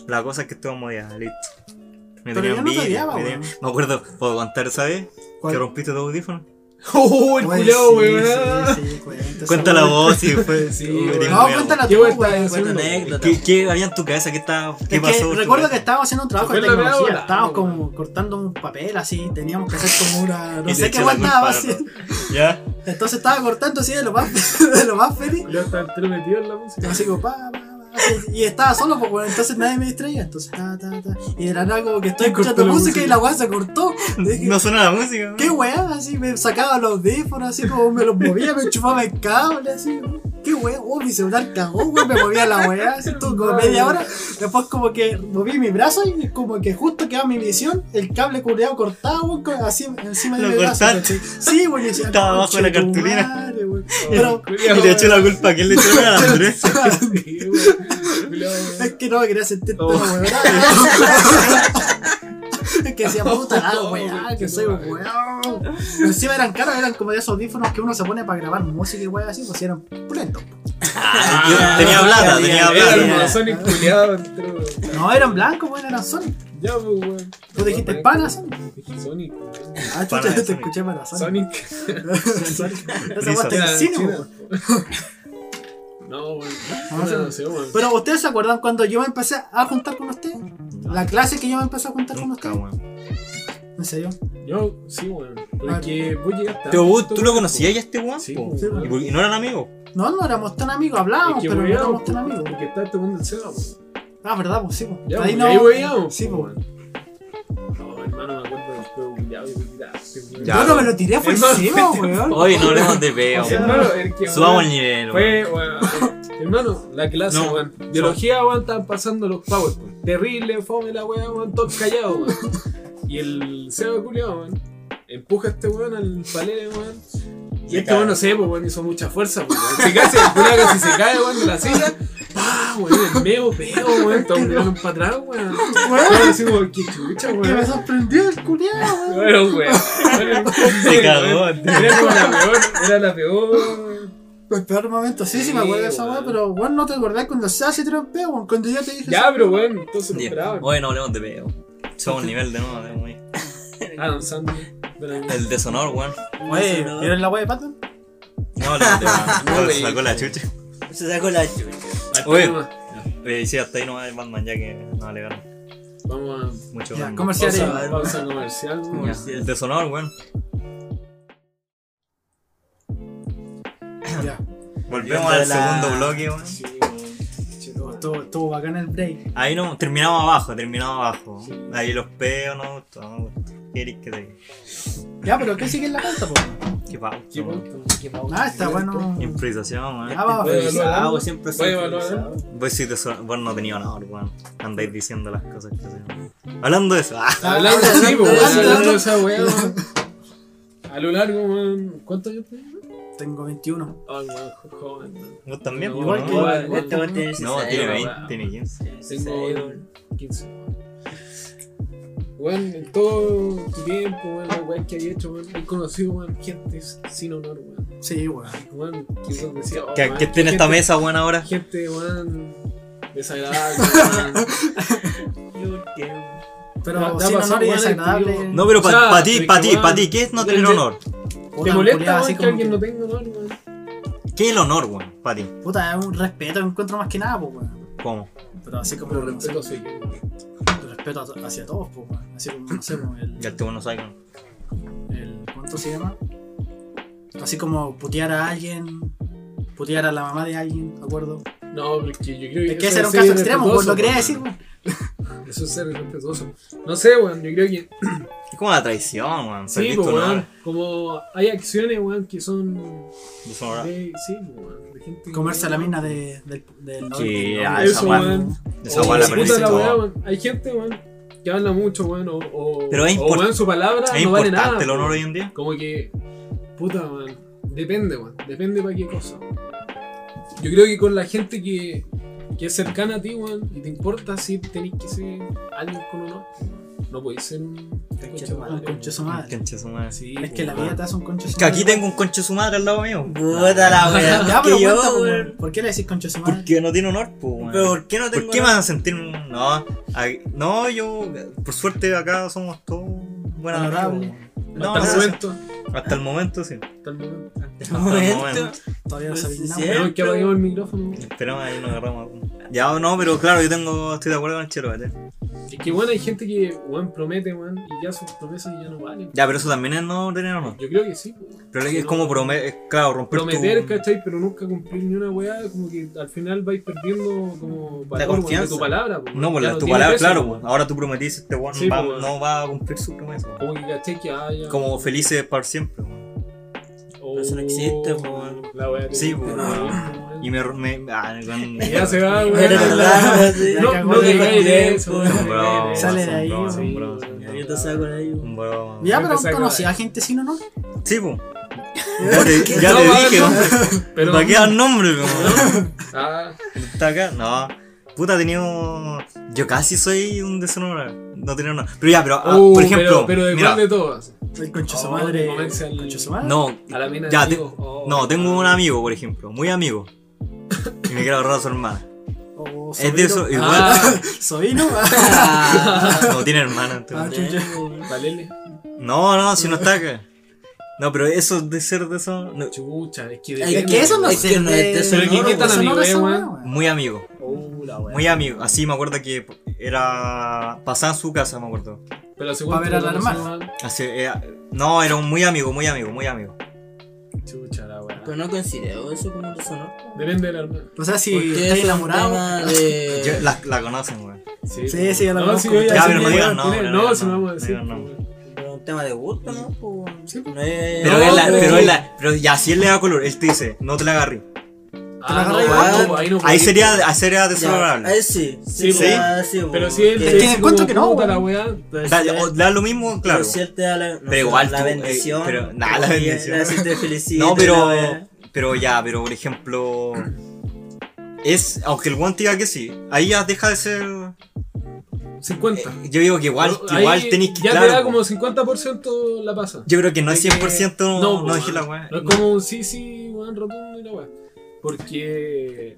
La cosa es que estuvimos ya, listo. Me
Pero yo no te
envidia,
odiaba,
me
weón.
tenían- Me acuerdo, ¿puedo contar esa vez?
¿Cuál?
Que rompiste tu audífono.
¡Oh, el
Oye,
culiao,
Pues sí,
weón!
sí, sí, cuenta esa
Cuéntala
weá.
vos, si fue. Oh,
Sí,
tú
weón.
eres
No,
weón.
cuéntala
¿Qué
tú,
weón estaba
weón.
Cuenta
haciendo?
anécdota.
¿Qué, qué había en tu cabeza? ¿Qué, estaba, qué
Es
pasó?
que recuerdo que estábamos haciendo un trabajo de
Recuerda la
tecnología,
hora,
estábamos
¿no?
como cortando un papel así, teníamos que hacer como una.
Y
No
te
sé
eché
qué
la
más estaba
culpa,
haciendo.
¿Ya?
Entonces estaba cortando así de lo más, de lo más feliz.
Culiao estaba entero metido en la música.
Así como, pa, pa, pa, así. Y estaba solo, pues, bueno, entonces nadie me distraía. Entonces, ta, ta, ta. Y de la nada, como que estoy
Cortó
escuchando
la
música,
música.
y la weá se cortó. Y dije,
No suena la música. weón.
¿Qué weá? Así me sacaba los audífonos, así como me los movía, me chupaba el cable, así. ¿Qué weá? Oh, mi celular cagó, weón, me movía la weá, así todo como media hora. Después como que moví mi brazo y como que justo quedaba mi visión, el cable culeado cortado, weón, con- así encima de
Lo
mi brazo.
cortaste.
¿cachai? Sí, weón, y decía,
Estaba abajo de la
"Conchetumare, weón". Pero...
Y le echó la culpa a quién le echó a Andrés.
Sí, weón. Culiao, weón.
Es que no me quería sentir tan
Oh.
weón. Es que decía, puta la
Oh,
weá, que
qué
soy
mal.
un weón. Encima eran caros, eran como de esos audífonos que uno se pone para grabar música y weá así, pues eran pulentos. Ah,
Yo tenía plata, tenía
Era Ah, el
plata.
Panasonic culiao, entero, weón.
No, eran blancos, weón, eran Sonic.
Ya, pues, weón.
Tú dijiste pana, Sonic.
Dije Sonic, weón.
Ah,
Pana
chucha,
de
yo te
Sonic.
escuché para Sonic.
Sonic.
Sonic. Esa weá está en
Brisa.
el cine,
China.
weón.
No, weón.
Vamos a-
No sé, weón.
Pero ustedes se acuerdan cuando yo me empecé a juntar con ustedes? La clase que yo me empecé a juntar con
Nunca,
ustedes.
weón.
¿En serio?
Yo, sí, weón.
Ah.
Porque vos llegaste.
Pero vos,
tanto,
tú lo
weón.
conocías ya este weón.
Sí,
po.
sí,
¿Y por- y no eran amigos.
No, no éramos tan amigos, hablábamos,
Es que
pero no
weíamos,
éramos tan amigos.
Porque está este mundo del Seba, pues.
Ah, verdad, pues sí, pues.
Ya,
ahí
pues,
no.
ahí weíamos.
Sí,
pues,
pues.
weón. No, hermano, me acuerdo del juego culiao que me tiraste, weón.
Ya.
Yo pues. no me lo tiré, fue
Hermano,
encima, weón.
Oye, no hablemos de
O
peo.
sea, Hermano, el que.
Subamos el
weón,
nivel. weón.
Fue, weón. Hermano, la clase,
No,
weón.
no.
Biología, weón, estaban pasando los PowerPoint. Terrible, fome la weón, weón, todos callados, weón. Y el Seba culiao, weón. Empuja a este weón al palé, weón. Y
Se
este
cae.
weón no sé, pues weón hizo mucha fuerza, pues weón. Se cae, se culiao casi se cae, weón, de la silla. ¡Pah! Weón, el meo, peo, weón. Todos miraron para atrás, weón. Todos decimos, qué chucha,
Que me
weón.
sorprendió el culiado, weón.
Bueno, weón.
Se cagó.
Era como la peor, era la peor.
El peor momento, sí, sí, me
Sí,
acuerdo de esa
weón.
weón, pero weón, no te acordás cuando se hace trompeo, weón. Cuando yo te dije.
Ya, pero weón, entonces lo
Ya.
esperaban.
Oye, no hablemos de peo. Subamos el nivel de nuevo. de nuevo, weón.
Adam Sandler. Ah, de la mierda.
El deshonor, weón.
Oye, ¿vieron la weá de Patton?
No hablemos de
No,
peo. Se
weón.
sacó la chucha.
Se sacó la chucha.
Hasta
Oye.
ahí nomás. Ya,
Eh, sí, hasta ahí nomás el Batman, ya que nos alegaron
Vamos
mucho.
Ya,
Batman.
a
comerciales.
pausa, pausa comercial. weón.
Ya, El deshonor, weón.
Ya.
Volvemos
de
al
la-
segundo bloque, weón.
eh, Sí, weón. Chetumare.
Estuvo, estuvo bacán el break.
Ahí no, terminamos abajo, terminamos abajo.
Sí.
Ahí los peos, no, gustó, no gustó. ¿Qué querés que te diga?
Ya, pero ¿qué sigue en la pauta, po?
Qué pausa,
Qué
weón.
puto.
Ah, está bueno.
Improvisación, weón.
Ya vamos a
Oye,
revisar.
Evaluando.
Ah, vos siempre
Voy a
soy
evaluar.
improvisado.
Vos, Pues sí te son- vos no tenías honor, weón. Andáis diciendo las cosas que se Hablando de eso, ah,
Hablando
Ah,
sí, po, weón,
hablando,
hablando de
hablando.
esa weá. weón. A lo largo, weón. ¿Cuántos años tenés?
Tengo 21.
Ay, weón, jo- joven. weón.
vos también,
No,
pues,
igual
¿no?
que-
Igual, Este weón tiene 16.
No, tiene
weón.
20, tiene 15.
Sí,
Tengo
sí,
weón,
weón.
15. weón. Weón, en todo tu tiempo, weón, la weón que hay hecho, weón, he conocido, weón, gente sin honor, weón.
Sí, weón.
Weón, que weón decía, oh,
Que,
weón,
que esté en esta
gente-
mesa, weón, ahora.
Gente, weón, desagradable, weón.
Pero
te ha
sin
pasado,
honor y
weón,
desagradable.
que yo-
No, pero
O sea,
para ti,
pero
para
es que,
ti, para
weón,
ti, ¿qué es no
de-
tener
de-
honor?
Puta,
Te
el culiao
molesta,
así
weón, que
como
alguien no tenga honor, weón.
¿Qué es el honor, weón? Para ti.
Puta, es un respeto, yo encuentro más que nada, pues, weón.
¿Cómo?
Pero así como.
Pero
no sé,
respeto sí. weón.
respeto a to- hacia todos, pues, weón. Así como, no sé, pues,
Ya
el,
este weón no sabe. weón.
el- ¿Cuánto se llama? Así como putear a alguien, putear a la mamá de alguien, ¿de acuerdo?
No, porque yo creo que.
Es que ese
eso
era un
ser
caso extremo, pues,
irrespetuoso,
lo quería
weón.
decir, weón.
Eso es ser irrespetuoso. No sé, weón, yo creo que.
Es como la traición, weón.
Sí,
Perdiste
pues,
un
weón.
honor.
Como hay acciones, weón, que son.
Deshonor.
De, sí, pues, weón. De gente.
Comerse a la mina de, del. del
Sí,
del-
ah,
del-
esa
Eso,
weá.
weón.
Esa
O
weá la
si
perdiste
Oh, puta la weá,
todo.
weón. Hay gente, weón, que habla mucho, weón. O, o,
Pero es
o,
import-
weón, su palabra
Es
Ah, no vale
importante
nada.
el honor
weón.
hoy en día.
Como que. Puta, weón. Depende, weón. Depende para qué cosa. Yo creo que con la gente que, que es cercana a ti, weón, y te importa, sí tenés que ser alguien con honor. No podéis ser un
Conche su madre,
weón.
conche su madre.
Concha su madre.
Sí,
Es que la
weón.
vida te hace un conche
Es
su
que aquí
madre.
tengo un concha su madre al lado mío.
Puta la wea.
Ya, pero
que yo,
cuenta, pues,
weón.
weón. ¿por qué le decís conche su madre?
Porque no tiene honor, pues, weón.
Pero ¿por qué no tengo
¿Por qué me
nada?
vas a sentir.? un- No, ay, no, yo. Por suerte acá somos todos buenos
Honorable.
No,
hasta el
gracias.
momento.
hasta el momento, sí.
Hasta el momento.
Hasta el
Momento.
momento.
Todavía no
Pues
sabéis
sí,
nada. weón.
sí, eh.
Tenemos que apagar el micrófono. weón.
Esperamos ahí nos agarramos. algo. Ya, no, pero claro, yo tengo. Estoy de acuerdo con el chelo, ¿cachai?
Es que, bueno, hay gente que, weón, promete, weón, y ya sus promesas ya no valen.
Ya, pero eso también es no tener honor.
Yo creo que sí. weón.
Pero es como prometer, claro, romper tu-
Prometer, ¿cachai? Pero nunca cumplir ni una weá, como que al final vais perdiendo como valor, weón, de
confianza.
tu palabra. weón.
No, por
Ya
la- tu
tiene
palabra,
peso,
claro,
weón.
pues. Ahora tú prometiste, este weón
Sí,
va-
pues, weón.
no va a cumplir su promesa. weón.
Como que, ¿cachai? Que haya.
Como felices para siempre, weón.
o-
Pero eso no existe, weón.
La weá. que-
Sí, weón.
weón.
Y me. me ah, weón,
Ya se va, weón.
Es
pues,
verdad,
Ya
No,
cagó
no
el
digáis
tiempo.
eso, weón.
Son bromas,
Sale de
son
ahí,
bromas, son
sí,
bromas,
weón.
son bromas.
Yo te saco de ahí, weón.
Son bromas.
Ya, pero
Empecé a
conocí a
grabar.
gente sin honor.
Sí, po. Ya te, ya
No,
te
va a
dije,
haber
weón.
Pero.
¿Para qué dar nombre, weón?
Ah,
Está acá. No. Puta, he tenido. Yo casi soy un deshonorable. No tenía honor. Pero ya, pero. ah,
uh,
por ejemplo.
Pero, pero de
mira,
cuál de todas.
El conche su
Oh,
madre.
comerse al-
Conche su madre.
No,
A la mina de
ya, te-
amigos. Oh,
no, tengo un
ah.
amigo, por ejemplo, muy amigo. Y me quiero agarrar a su hermana.
O
Es de eso,
sobrino.
igual.
Ah,
Sobrino.
No tiene hermana, entonces.
Ah, chucha.
Valele.
No, no, si no está acá. No, pero eso de ser de eso. no,
Chucha, es que
Ay,
Es que eso no este
Es que no es
es
deshonor,
deshonor,
Pero ¿qué tal
weón.
amigo,
Deshonor
eh,
esa
weón?
weón.
muy amigo,
Uh, la wea.
muy amigo. Así me acuerdo que era. Pasaba en su casa, me acuerdo.
Pero la
Pa' ver a la hermana.
Así, era- no, era un muy amigo, muy amigo, muy amigo.
Chucha, la wea.
Pero no considero eso como un deshonor.
Depende de la hermana.
O sea, si
Porque
estás
es un
enamorado.
tema
Yo-
de...
la, la conocen, weón.
Sí, sí, ya la
no,
conozco.
sí, yo
Ya,
pero
sé que
no
voy a
digan no,
poner-
no
No,
digan
si no
no,
vamos a
no
decir.
digan no.
pues.
pero un tema de gusto, ¿no? Po,
Sí, pues.
No es-
Pero,
No,
es la,
pero-
pero es la. Pero ya, si él le da color, él te dice, no te la agarré.
Ah,
agarré
no,
igual.
no, ahí no
Ahí
podéis.
sería, ahí sería
Ya,
desagradable.
ahí sí.
Sí,
Sí,
po.
ya, sí, po.
Pero si él.
Que-
Es
te
que
dice
encuentro
como,
que no,
puta
weón.
la wea.
pero
Da,
si él-
o- da lo mismo, claro.
Pero si él te da la, no
Pero
sé,
igual
la
tú, eh,
bendición.
pero- nah, la
y él-
bendición.
así te
No,
felicito. eh, y la
pero.
wea.
Pero ya, pero por ejemplo. Es. Aunque el guante diga que sí. Ahí ya deja de ser.
50.
Yo digo que Eh, igual, que
Ahí
igual tenéis que.
Ya
claro,
te da como
po.
50% la pasa.
Yo creo que no es
de que-
100% no,
No,
no,
po,
dejé la
weón.
weá.
No es como un sí, sí, weón, rotundo y la weá. Porque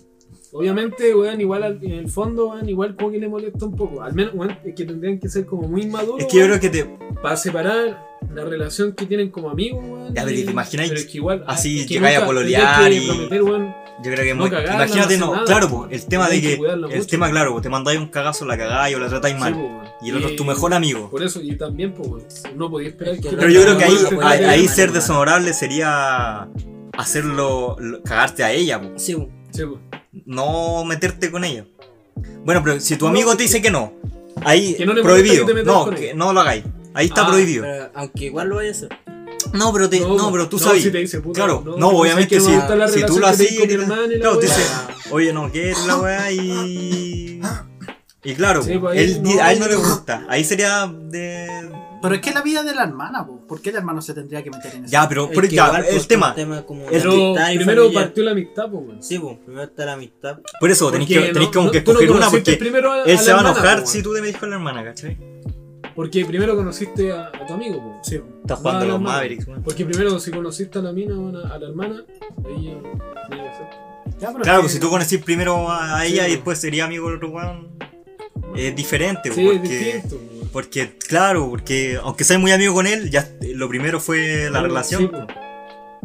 obviamente, weón, igual al- en el fondo, weón, igual como que le molesta un poco. Al menos, weón, es que tendrían que ser como muy maduros
Es que yo creo que te.
para separar la relación que tienen como amigos, weón.
Ya, pero
y-
te imagináis
pero es que igual,
así
es que
llegáis a
nunca tendrías
pololear
que
y-
prometer, weón,
Yo creo que es
No
muy.
cagarla,
imagínate,
no
no.
hacer nada,
claro,
po.
pues. El tema de
Tenéis que
que.
cuidarla
el
mucho.
tema, claro, po, te mandáis un cagazo, la cagáis o la tratáis
sí,
mal.
po, weón. Eh,
y el otro es tu mejor amigo.
Por eso, y también, pues, weón, no podía esperar
Es
que.
que
Pero yo creo que ahí,
No, no, no,
ahí,
no,
ahí
no, no,
ser
no.
deshonorable sería. Hacerlo. lo- cagarte a ella, po.
Sí, po.
Sí, pues. po.
no meterte con ella. Bueno, pero si tu amigo te dice que no, ahí
Que no le
prohibido.
molesta que te metas
no,
con
que
ella.
no lo hagáis. Ahí está
Ah,
prohibido.
Pero aunque igual lo vaya a hacer.
No, pero te- no, pero tú sabes.
pues, si te dice, puta,
claro, no,
no sé
obviamente
qué
si,
bonita la
si tú lo
relación que
haces,
tengo con mi hermana y la
claro, te
weá.
dice, oye, no, que es la weá y. Y claro,
Sí, pues ahí
él,
no-
a él no le gusta. Ahí sería de.
Pero es que la vida de la hermana, po. ¿por qué el hermano se tendría que meter en eso?
Ya, pero,
Es
pero
que
ya,
igual, pues,
el tema.
un tema como de
Es
Pero
amistad y
primero
familiar.
partió la amistad, pues, weón.
Sí, po, primero está la amistad.
Por eso tenéis que,
Porque
tenéis
no-
como
no-
que
tú no
escoger una
conociste
porque
primero a- a
él
la
se va a
hermana, pues,
enojar
po,
si tú te metís con la hermana, ¿cachai?
Porque primero conociste a, a tu amigo, pues, po.
Sí,
Estás jugando
Vale,
los
hermano.
Mavericks, weón.
pues, Porque primero, si conociste a la mina o a la- a la hermana, ella. ella acepta.
ya, pero
Claro,
que-
pues si tú conocí primero a a ella
Sí.
y después sería amigo del otro weón, es diferente,
Sí, es
porque,
distinto. pues, po.
porque, claro, porque aunque seas muy amigo con él, ya lo primero fue la
Claro,
relación.
sí, pues.
po.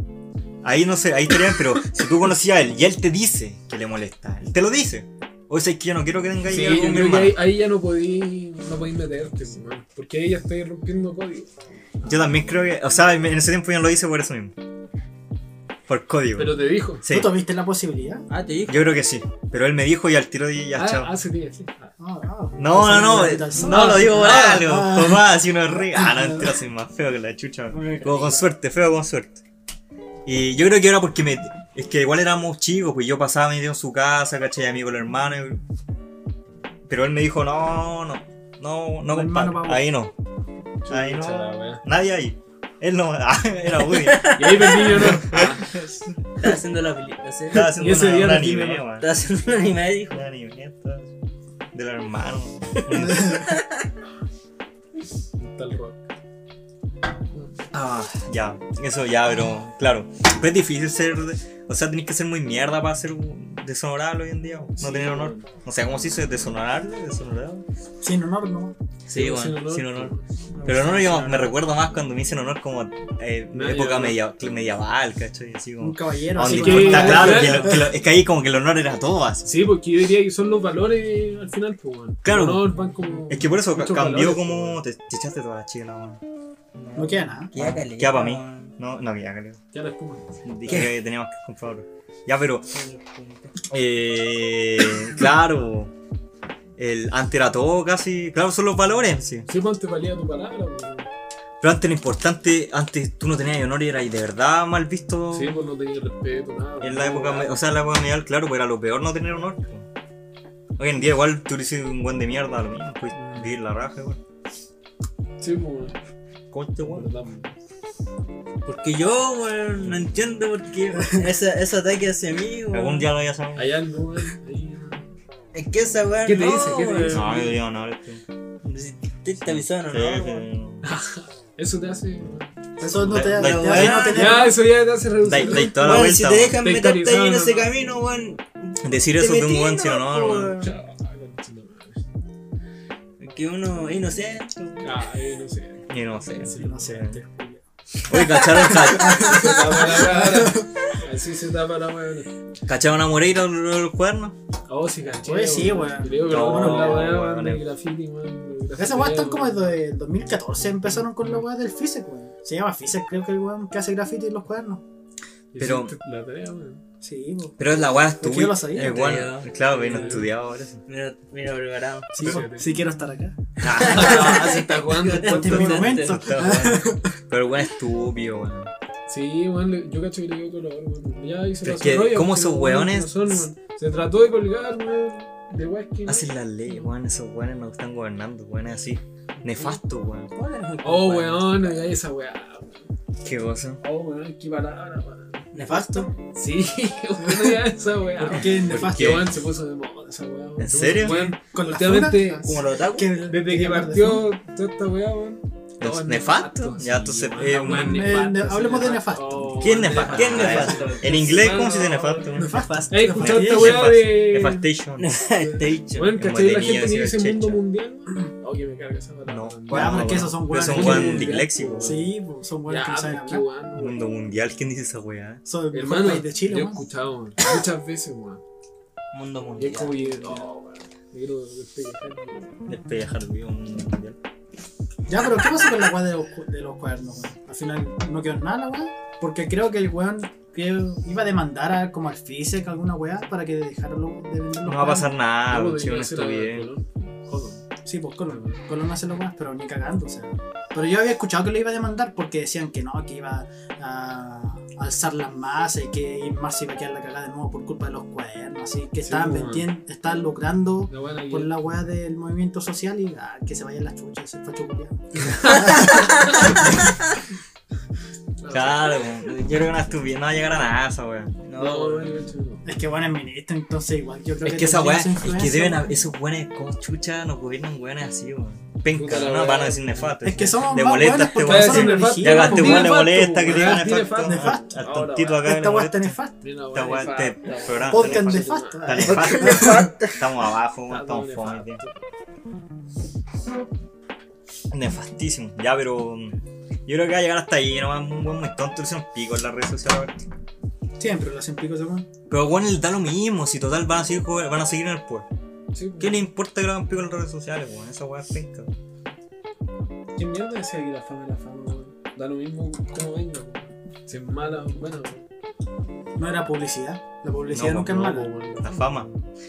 po.
Ahí no sé, ahí estarían, pero si tú conocías a él y él te dice que le molesta, él te lo dice. O sea, es que yo no quiero que tengáis
Sí,
algo
yo
con mi
creo que
hermana.
ahí, ahí ya no podí, no podí meterte, po, man, porque ahí ya estáis rompiendo código.
Yo también creo que, o sea, en ese tiempo yo no lo hice por eso mismo. Por código.
Pero te dijo.
sí.
¿Tú tuviste la posibilidad?
Ah, te dije.
Yo creo que sí, pero él me dijo y al tiro dije ya,
ah,
chao.
ah, sí, sí, sí. Ah.
No, no.
no, no, no, eh, no, lo digo por
Ah,
algo.
ah.
Tomás, si uno es re. Ah, no, mentira, soy más feo que la chucha. Como con suerte, feo con suerte. Y yo creo que era porque me. Es que igual éramos chicos, pues yo pasaba medio en su casa, ¿cachai? Amigo con el hermano. y- Pero él me dijo, no, no, no, no,
El hermano
compadre,
va a-
ahí no. Ahí
Chucha, la
no.
wea.
Nadie ahí. Él no, ah, era Woody.
Y ahí perdí yo, ¿no? Ah,
Estaba haciendo la película.
Estaba
Estaba
haciendo
ese
una,
día
un
no tiene
anime,
nada.
weón.
haciendo un anime, dijo.
Un anime, estaba- Del hermano.
Está el rock.
Ah, ya, eso ya, pero claro. Pero es difícil ser. O sea, tenés que ser muy mierda para ser deshonorable hoy en día. No
Sí,
tener honor.
bueno.
O sea, ¿cómo se dice? Deshonorable, deshonorable.
Sin honor, no.
Sí,
Sin
bueno,
honor, pues,
sin honor.
po.
Pero no, yo me recuerdo más cuando me hicieron honor como eh,
Nadie
época
habló.
media- medieval, ¿cachai? Así como.
Un caballero.
Donde
así
sí,
importa,
que-
como-
claro,
claro.
que lo- que lo- es que ahí como que el honor era todo así.
Sí, porque yo diría que son los valores al final, pues, weón.
Claro.
No, van como.
Es que por eso ca-
muchos
cambió
valores,
como.
pues,
Te, te echaste toda la chela, weón.
No queda nada.
Queda caleta,
Queda pa' mí.
weón.
No, no, que ya, creo.
weón. Ya la espuma.
Dije que teníamos que comprar otro. Ya, pero. Eh, claro. El, antes era todo casi. Claro, son los valores. Sí.
Sí, pues, antes valía tu palabra, pues.
Pero antes lo importante, antes tú no tenías honor y eras de verdad mal visto.
Sí, pues no tenía respeto, nada. pues.
En la época, me-
nada.
o sea, en la época medieval, claro, pues era lo peor no tener honor. pues. Hoy en día, igual tú eres un buen de mierda, lo mismo. Puedes vivir la raja, igual.
Sí, pues,
Concha, weón.
weón, verdad, pues.
Porque yo, weón, no entiendo por qué esa- ese ataque hacia mí, weón.
Algún día lo voy a saber.
Hay algo, weón. ahí, weón.
Es que esa weón.
¿Qué te
no,
dice? ¿Qué te
weón.
dice?
No, yo digo honor. este. Sí,
Si Te, te avisaron,
sí,
¿no? weón?
Eso te hace. weón.
Eso no te
Da-
da.
da-
te
da-
hace no tener-
Ya, eso ya te hace reducir.
Dai- dai toda la
Weón, si
vuelta.
te dejan
Te
meterte ahí en
actualizaron,
ese
¿no?
camino, weón.
weón. Decir eso de un buen sin honor, weón.
Chao, conchetumare.
Que uno es inocente. weón.
Ay, Ah, no sé.
Y no sé.
Sí,
No sé. te-
Oye, cacharon, ca-
Se tapa la cara. Así se tapa la weón.
cacharon a Moreira los, los cuernos.
Oh, sí, caché.
Pues sí, weón.
Creo que
No,
lo bueno la weá,
weón,
weón,
vale.
de graffiti, weón. de
Esa weá están como desde el 2014 empezaron con la weá del Fisek, weón. Se llama Fisek, creo que el weón que hace graffiti en los cuadernos.
Pero-
Hiciste La tarea, weón.
Sí, weón.
Pero es la weá
Pero que yo lo sabía,
Es
te
guana.
digo.
Claro, bien
Sí.
estudiado ahora. sí.
Mira, mira, preparado.
Sí, weón. sí quiero estar acá.
Ah, se está jugando.
Este es mi momento.
Pero el weón es estúpido, weón.
Sí, weón, le- yo cacho que le dio color, weón. Ya hice
Pero es que, ¿cómo esos weones?
Se trató de colgar, weón. De weas que. no.
Hacen las leyes, weón. Esos weones nos están gobernando, weón. Es así. Nefasto, weón.
Oh, weón, ya esa weá. weón.
Qué cosa.
Oh, weón, qué palabra, weón.
Nefasto.
Sí, weón, ya esa weá.
¿Por
weón.
qué
¿Por
nefasto?
qué?
Que weón se puso de moda esa weá, weón.
¿En
Se puso-
serio?
Weón,
Con la
Últimamente,
funa?
Como los otaku.
Que-
desde que partió toda esta weá, weón.
Es
todo
nefasto. Ya, entonces, eh,
weón,
weón,
eh, ne- hablemos de nefasto.
Oh,
¿Quién es nefasto?
¿Quién
Ah,
nefasto?
eso. En inglés, ¿cómo se dice nefasto? weón?
Nefasto.
He escuchado esta
Nefasto.
weá de.
Nefastation.
Station.
Weón,
Como
¿cachai?
de
La
niño
gente que dice
decía
mundo
checha.
mundial. Oh, que me carga esa palabra.
No,
weón.
Ya, pero es que esos son
Pero
weones.
son
que-
weón disléxicos, weón.
Sí, weón, son
Ya,
weones que no saben
qué
hablar.
weón, weón.
Mundo mundial, ¿quién dice esa weá?
Son el mejor
Hermano,
país de Chile,
yo he
weón.
escuchado weón, muchas veces, weón.
Mundo
Y es como
mundial.
que, oh, weón, me quiero despegar, weón.
Despejar vivo un mundo mundial.
Ya, pero ¿qué pasa con la weá de los, cu- de los cuadernos, weón? Al final no quedó en nada la weá. Porque creo que el weón que iba a demandar a, como al FISEC alguna weá para que dejaran lo- de vender los
No va a pasar nada,
¿Cómo
Ah, weón. Si
debería
uno
ser
está
ahora,
bien.
Colón? Colón.
Sí, pues Colón. Colón hace las weas, pero ni cagando, o sea. Pero yo había escuchado que lo iba a demandar porque decían que no, que iba a alzar las masas y que Inmar se iba a quedar la cagada de nuevo por culpa de los cuadernos, así que
Sí,
estaban
pues,
vendiendo, estaban logrando
La buena
por
guía.
la wea del movimiento social y ah, que se vayan las chuchas, se fue chuculeado.
Claro, weón. yo creo que una estupidez no va a llegar a nada esa weá.
No, no, no, no.
Es que bueno, es ministro, entonces igual yo creo
Es que esa
tendría
weá,
su
es que
influencia,
deben
weón.
haber- esos weones como chucha nos gobiernan weones así, weón. penca,
Puta la
¿no?
weá.
Van a decir nefato.
Es que somos
Le
más
molesta
buenos
este
porque
weón.
nosotros
Sí,
no
nefasto.
elegimos.
Ya gasté
Tiene
weón le
nefasto,
molesta que
weón.
diga
Tiene
nefasto.
nefasto.
Al
Ahora,
tontito acá.
Esta
le
weá
molesta.
está nefasta.
Esta weá, este programa.
Podcast
está nefasto.
nefasto. Ah,
Está
Podcast
nefasto.
nefasto.
Estamos abajo, weón,
Está
estamos
todo
fome,
nefasto.
tío. Nefastísimo. Ya, pero. mm, Yo creo que va a llegar hasta ahí, nomás un buen muy tonto, le hicieron pico en las redes sociales. ahora.
Siempre lo hacen pico ese weón.
Pero bueno, les da lo mismo, si total van a seguir jugando- van a seguir en el pueblo.
Sí,
¿Qué le importa que lo hagan pico en las redes sociales, weón? Esa weá es penca.
¿Qué mierda decía que la fama es la fama, weón? Da lo mismo como venga, weón. Si es mala o buena, weón.
No era publicidad. La publicidad
No,
nunca
no,
es mala.
La fama.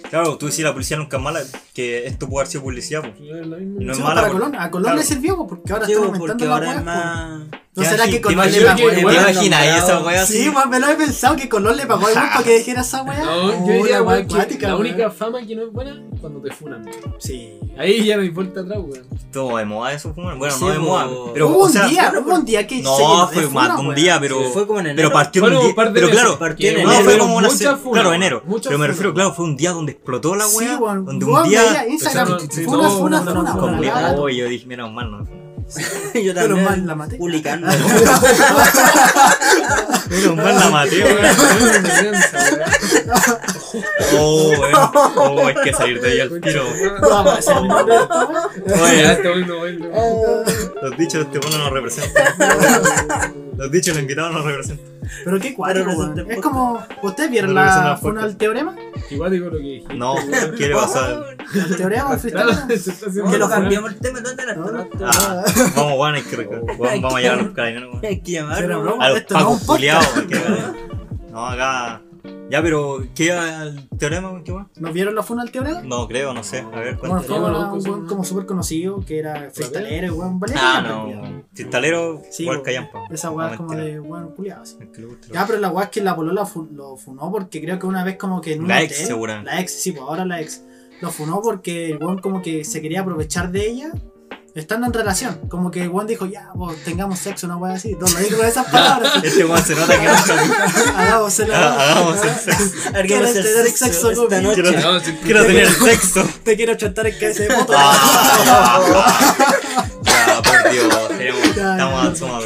Claro, tú decís la policía nunca es mala, que esto puede haber sido publicidad, pues.
Yo la misma.
No es
Sí,
mala,
para
porque-
Colón. A Colón
claro.
le sirvió po, porque ahora
Sí,
está
po,
aumentando
porque
la
ahora
weá.
es
po.
más.
¿No
Te
será
imagi-
que
te
Colón
imagi-
le pagó
que-
¿Te
el
bueno,
weón?
imaginas
enamorado.
esa weá así?
Sí, weón, me lo he pensado que Colón le pagó el weón para que dijera esa weá.
No,
Oh,
yo diría,
la weá
weón, que
acuática,
la
weón.
única fama que no es buena es cuando te funan. weón.
Sí.
Ahí ya no hay vuelta atrás, weón.
Todo de moda eso, fue, Bueno,
Sí,
no de
po.
moda. Pero,
hubo
o sea,
un día,
bueno,
hubo un día que
No,
se-
fue
fue
más
una
de un
weá.
día, pero.
Fue como en enero.
Pero partió
Fueron
un
un
día.
par de
Pero
veces.
claro,
Partió en
no,
enero.
fue como una.
Muchas
se-
funas,
claro, enero.
muchas
Pero me
funas.
refiero, claro, fue un día donde explotó la
Sí,
weá.
weón.
Donde
Weón,
un día.
veía Instagram,
empezaron-
funa,
sí,
funa,
no,
funa,
no,
funa,
no,
la
no,
cagaron.
Yo dije, mira, mal, no.
Pero
Yo también.
mal la maté.
Publicando.
Pero mal la maté, weón.
Weón, venganza, weón.
Oh, weón. Oh, hay que salir de ahí al tiro.
Vamos Eh. a hacer el nombre de esta weá.
Oye,
Ya, te vuelvo, vuelvo.
los dichos de este mundo nos representan. Los dichos de los invitados nos representan.
Pero qué cuadro,
Pero
weón.
presente
Es
podcast.
como. ¿Ustedes vieron
Pero presente
la
podcast.
funa al teorema?
Igual digo lo que dijiste.
No,
weón.
¿qué le pasa?
El teorema
Claro,
freestyle.
se está
Que
haciendo
lo
la weá.
cambiamos el tema. ¿Dónde la estamos?
Ah, vamos, weón, hay que recordar. Weón, Vamos a llegar a los carabineros, weón.
Hay que
Era
llamarlo.
broma.
A los
Esto no es un
pacos
podcast.
culiados. que- No, acá. Ya, pero, ¿qué al teorema, weón? ¿Qué weón?
¿No vieron la funa al teorema?
No creo, no sé. A ver,
Bueno,
cuéntame.
fue
Teorema,
una-
loco,
un
sí,
weón
¿no?
como súper conocido que era freestalero, y weón. valía
Ah,
callampa, culiao.
no. Cristalero,
Sí,
igual
weón.
callampa.
Esa weá es como de weón culiado. así. Ya,
de.
pero la weá es que la polola fu- lo funó porque creo que una vez como que en un
La
hotel-
ex, seguramente.
La ex, sí, pues ahora la ex. Lo funó porque el weón como que se quería aprovechar de ella estando en relación. Como que el weón dijo, ya, pues tengamos sexo, una weá así. No lo dijo con esas palabras.
Este weón se nota que no está-
Hagamos el amor.
Ah, Hagamos el sexo.
Quiero hacer sexo esta noche.
Quiero-
No, si-
Quiero tener sexo.
Te quiero chantar en cabeza de moto.
Ah, Ya, por Dios. tenemos-
Ya,
Estamos
ya.
al sumado.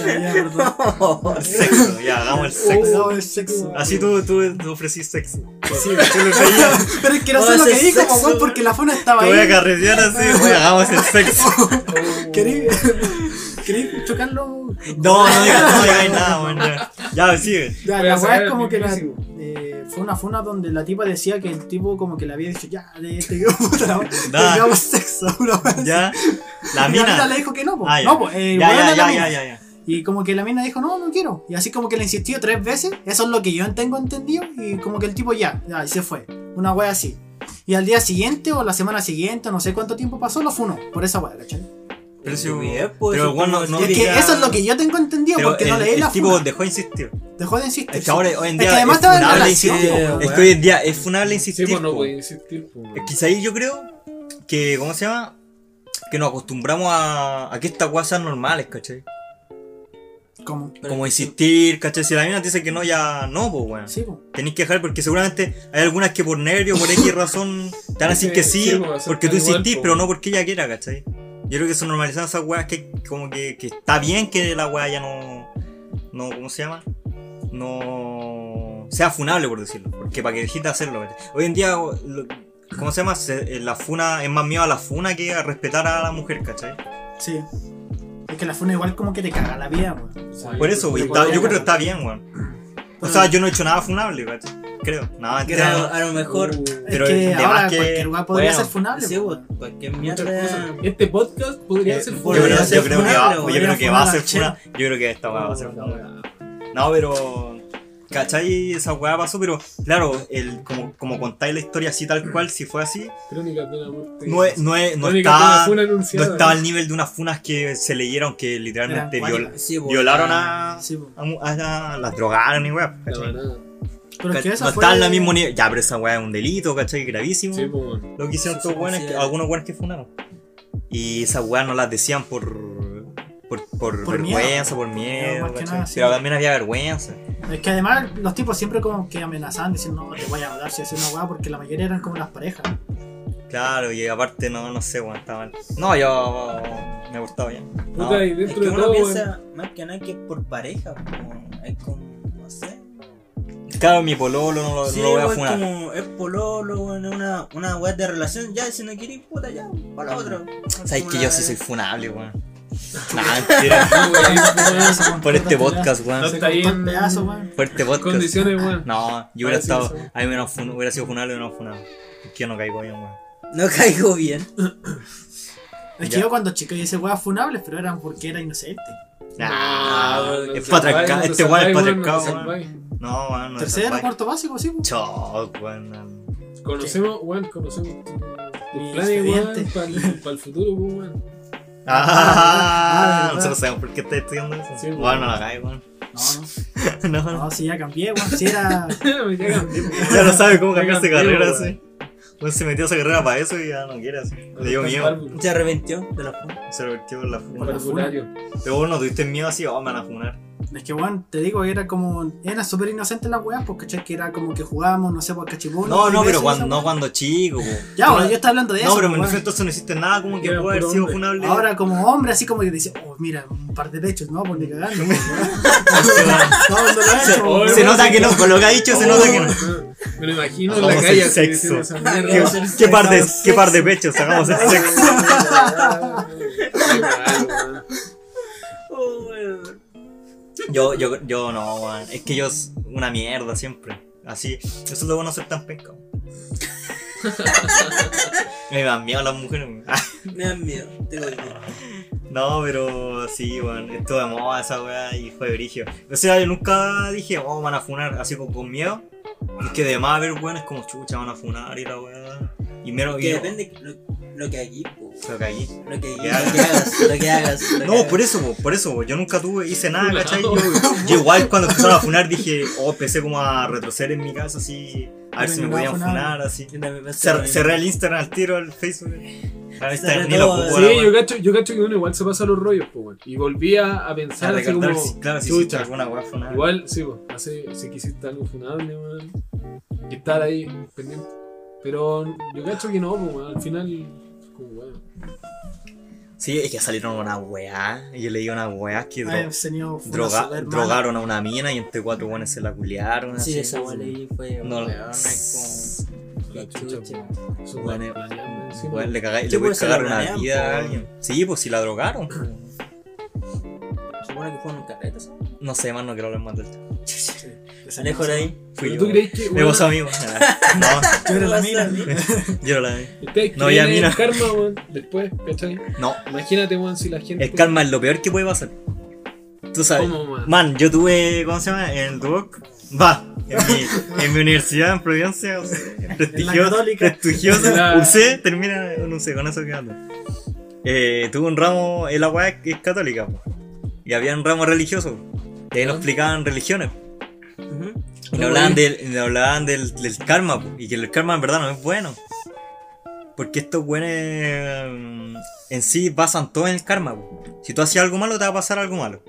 Ya, ya, perdón.
Sexo, ya, hagamos el sexo.
Hagamos el sexo.
Así tú, tú, tú ofrecís sexo.
Sí.
Yo le pedía,
Pero es que no sé
Vamos a
lo que
hacer
dijo,
sexo,
weón, porque la funa estaba
te voy a
ahí.
carretear así, weón, hagamos el sexo.
Oh,
¿Querí, querí chocarlo?
No, no digas, no digas nada, weón. Ya, Ya, sigue.
Ya,
Voy a
la
sacar
weá es
el
como que la,
mismísimo.
eh, fue una funa donde la tipa decía que el tipo como que le había dicho, ya, de este puta la weá,
Da.
tengamos sexo, una weá.
Ya, la
Y la mina
mina.
le dijo que no, po.
Ah, ya.
no, po, eh,
Ya,
weón
ya,
a la
ya,
mina.
ya, ya, ya.
Y como que la mina dijo, no, no quiero. Y así como que le insistió tres veces, eso es lo que yo tengo entendido. Y como que el tipo ya, ya, y se fue. Una wea así. Y al día siguiente o la semana siguiente, no sé cuánto tiempo pasó, lo funó por esa wea, ¿cachai?
Pero si
Bien,
pero
pues,
el weón no, no
es
es que
diga-
eso es lo que yo tengo entendido,
Pero
porque
el,
no leí
el
la
tipo
funa.
dejó de insistir.
Dejó de insistir.
Es que ahora, hoy en
Es
día.
que además estaba en
funable
relación,
insistir.
po,
Es
weón.
que hoy en día es funable
Sí,
insistir.
pues no
po.
podía insistir, pues.
Es que ahí yo creo que, ¿cómo se llama? Que nos acostumbramos a, a que estas cosas sean normales, ¿cachai?
¿Cómo?
Como insistir, ¿cachai? Si la mina te dice que no, ya no, pues, weón.
Sí, po.
Tenéis que dejar porque seguramente hay algunas que por nervio, por X razón, te van a decir
Sí,
que sí,
sí, pues,
porque tú
aceptan igual,
insistís,
pues.
pero no porque ella quiera, ¿cachai? Yo creo que eso normalizan esas weas que como que, que está bien que la wea ya no, no, ¿cómo se llama? No sea funable, por decirlo, porque para que dejes de hacerlo. ¿cachai? Hoy en día, lo- ¿cómo se llama? Se- eh, la funa es más miedo a la funa que a respetar a la mujer, ¿cachai?
Sí. Es que la funa igual como que te caga la vida, weón.
Por eso,
pues,
Pero
y
por
está- yo
ejemplo-
creo que está bien, weón. O sea, yo no he hecho nada funable, ¿cachai? Creo, nada,
Que
entera,
a, a lo mejor.
Pero
es que
de
ahora
más que-
cualquier weá podría
bueno,
ser funable.
Sí,
po,
pues,
weón.
cualquier
Muchas
mierda.
cosas. Este podcast podría ser
Eh, Yo
Podría
creo,
ser
yo creo que va,
funable,
yo creo que
podría
va a
funar
ser
al Che.
funa. Yo creo que esta weá va a ser funa. No, pero. ¿Cachai? Esa weá pasó, pero claro, el, como, como contáis la historia así tal cual, si fue así,
Crónicas de la muerte.
no, es- no, es- no
Crónicas de la
está.
funa
No
anunciada.
estaba al nivel de unas funas que se leyeron que literalmente
Eran
viol-
cuáticas.
Sí, pues,
violaron
ah,
a,
Sí, po.
a, mu- a la- las drogaron y weá.
La
¿cachai?
banana.
Pero es que
Ca-
esa
No
fue...
está al mismo nivel. Ya, pero esa weá es un delito, ¿cachai? Gravísimo.
Sí, pues, bueno.
Lo que hicieron
Sí,
estos
sí,
weones,
sí,
que-
eh.
algunos weones que funaron. Y esas weas no las decían por. Por, por,
Por miedo.
vergüenza, por miedo.
más que
¿cachai?
nada, sí.
Pero también había vergüenza.
Es que además los tipos siempre como que amenazaban diciendo no te voy a matar si haces una weá porque la mayoría eran como las parejas.
Claro, y aparte no, no sé, weón, está mal. No, yo me gustaba bien. No,
Puta, y
Es
dentro
que
de
uno
todo,
piensa más que nada que es por pareja, como, es como, no sé.
Claro, mi pololo no lo,
Sí,
no lo voy a
weón,
funar.
como es pololo, weón, es una, una weá de relación, ya, si no quieres, puta, ya, para la otra.
Sabes que
Una-
yo sí soy funable, weón. Nah, mentira.
weón, weón,
Por este podcast,
No
weón.
Se
está ahí
cortó el
en-
pedazo, weón.
Por este podcast.
Condiciones, weón.
No, yo hubiera
Ahora sí que
estado.
son.
A mí me hubiera fun- hubiera sido funable o no funado. Es que yo no caigo bien, weón.
No caigo bien.
Es
Ya.
que yo cuando chico yo hice weas funables, pero eran porque era inocente.
Nah,
Ah, No,
es
te
patriarcado. Este
salváis, no te
weón es
salváis,
patriarcado,
no te
weón.
salváis.
No, weón, no
Tercero,
es
cuarto básico, sí. pues.
Choc, weón. no.
Conocemos, weón, conocemos tu- tus
Mi
planes, weón,
expediente.
para el, futuro, pues, weón.
Ah,
ah,
nosotros sabemos por qué estás estudiando eso.
Sí,
weón,
weón.
no la caigo, weón.
No,
No,
no,
no.
no, sí ya cambié, weón. Sí era.
Me cagan, weón.
Ya lo sabe cómo cambiaste
Oigan,
carrera
tío,
así. Weón se metió a esa carrera para eso y ya no quiere así. Le dio miedo.
Válvula.
Se arrepintió de la funa.
Se revirtió en la funa.
Válvulario.
Pero vos no tuviste miedo así, oh, me van a funar.
Es que, weón, te digo que era como. Era súper inocente las weas, porque cachai que era como que jugábamos, no sé, por cachipón.
No, no, pero cuando,
cuando
no cuando chico, weón.
Ya, weón, yo estaba hablando de eso.
No, pero me
weón.
refiero entonces no hiciste nada como que
Era
pudo haber
puro
sido
hombre.
funable.
Ahora como hombre, así como que dice, oh, mira, un par de pechos, no, por ni cagando. No, no lo he hecho, weón.
Se nota que no, con lo que ha dicho
Oh,
se nota que no.
Me lo imagino en
Oh. Vamos
la
al
calle así,
sexo.
diciendo esa mierda.
¿Qué, qué par de, qué par de pechos sacamos el sexo.
Qué
Oh, weón.
Yo, yo, yo no, weón. Es que yo es una mierda siempre. Así, eso es lo bueno de ser tan penca. weón. Me dan miedo las mujeres. weón. Ah,
Me dan miedo, te lo digo.
No, pero sí, weón. Estuvo de moda esa weá y fue brigio. O sea, yo nunca dije, oh, van a funar así con, con miedo. Es que de más ver, weón, es como chucha, van a funar y la weá. Y mero
Que
y-
depende lo, lo que aquí, po.
Lo caí.
Lo que, lo que
hagas.
hagas, lo que hagas. lo que
No,
hagas.
por eso, po, por eso, po. yo nunca tuve, hice nada,
Funado.
¿cachai? Yo, yo igual cuando empezaron a funar dije, oh, empecé como a retroceder en mi casa así, a ver si me
Terminaba
podían
funado.
funar, así.
Yo también pensé lo
Cer-
mismo.
cerré el Instagram al tiro, el Facebook. A ver,
Cerré
Instagram ni lo
todo,
ocupo,
sí,
la
Sí,
wea.
yo cacho, yo cacho que uno igual se pasa los rollos, po, weón. Y volví a, a
A
pensar así como,
recordar, si- claro, si hiciste
chucha,
alguna weá funada.
Igual, sí, po, hace, sí que hiciste algo funable, weón. Y estar ahí pendiente. Pero yo cacho que no, po, weón. Al final, como, weón.
Sí, es que salieron una weá, y yo leí una weá que dro-
Ay, Hemos tenido fue una
droga-
sola hermana.
drogaron a una mina y entre cuatro weones se la culiaron.
Sí,
así.
esa weá leí fue.
No,
weón, es como.
La
La
chucha,
chucha.
Eso,
Bueno,
weón, planeando encima.
eh, Weón, le cagáis-
Sí,
le voy a
pues, se
cagar
la
una
planean,
vida a
po.
alguien. Sí, pues si la drogaron.
Supone que fueron carretas.
No sé, más no quiero hablar más del tema.
Alejo de ahí.
Fui
Pero
yo,
tú
weón.
crees que.
Me
weón,
pasó a mí, weón. Ah, No,
Yo era la
Pasa a
mina.
mí.
yo no la vi.
ustedes
No, ya,
creen en
mira.
el karma, weón. Después, ¿cachai?
No,
Imagínate, weón, si la gente.
el karma es lo peor que puede pasar. Tú sabes.
¿Cómo, weón?
Man, yo tuve, ¿cómo se llama? En el Duoc. Va, en mi, en mi universidad en Providencia, o sea, prestigiosa,
católica.
prestigiosa.
La-
UC, termina en UC, con eso quedando. Eh, tuve un ramo, el agua es es católica, po. y había un ramo religioso. Y ahí nos explicaban religiones.
Ujú.
Y nos hablaban, del, y nos hablaban del, del karma, po, y que el karma en verdad no es bueno. Porque estos buenos en sí basan todo en el karma. po. Si tú hacías algo malo, te va a pasar algo malo.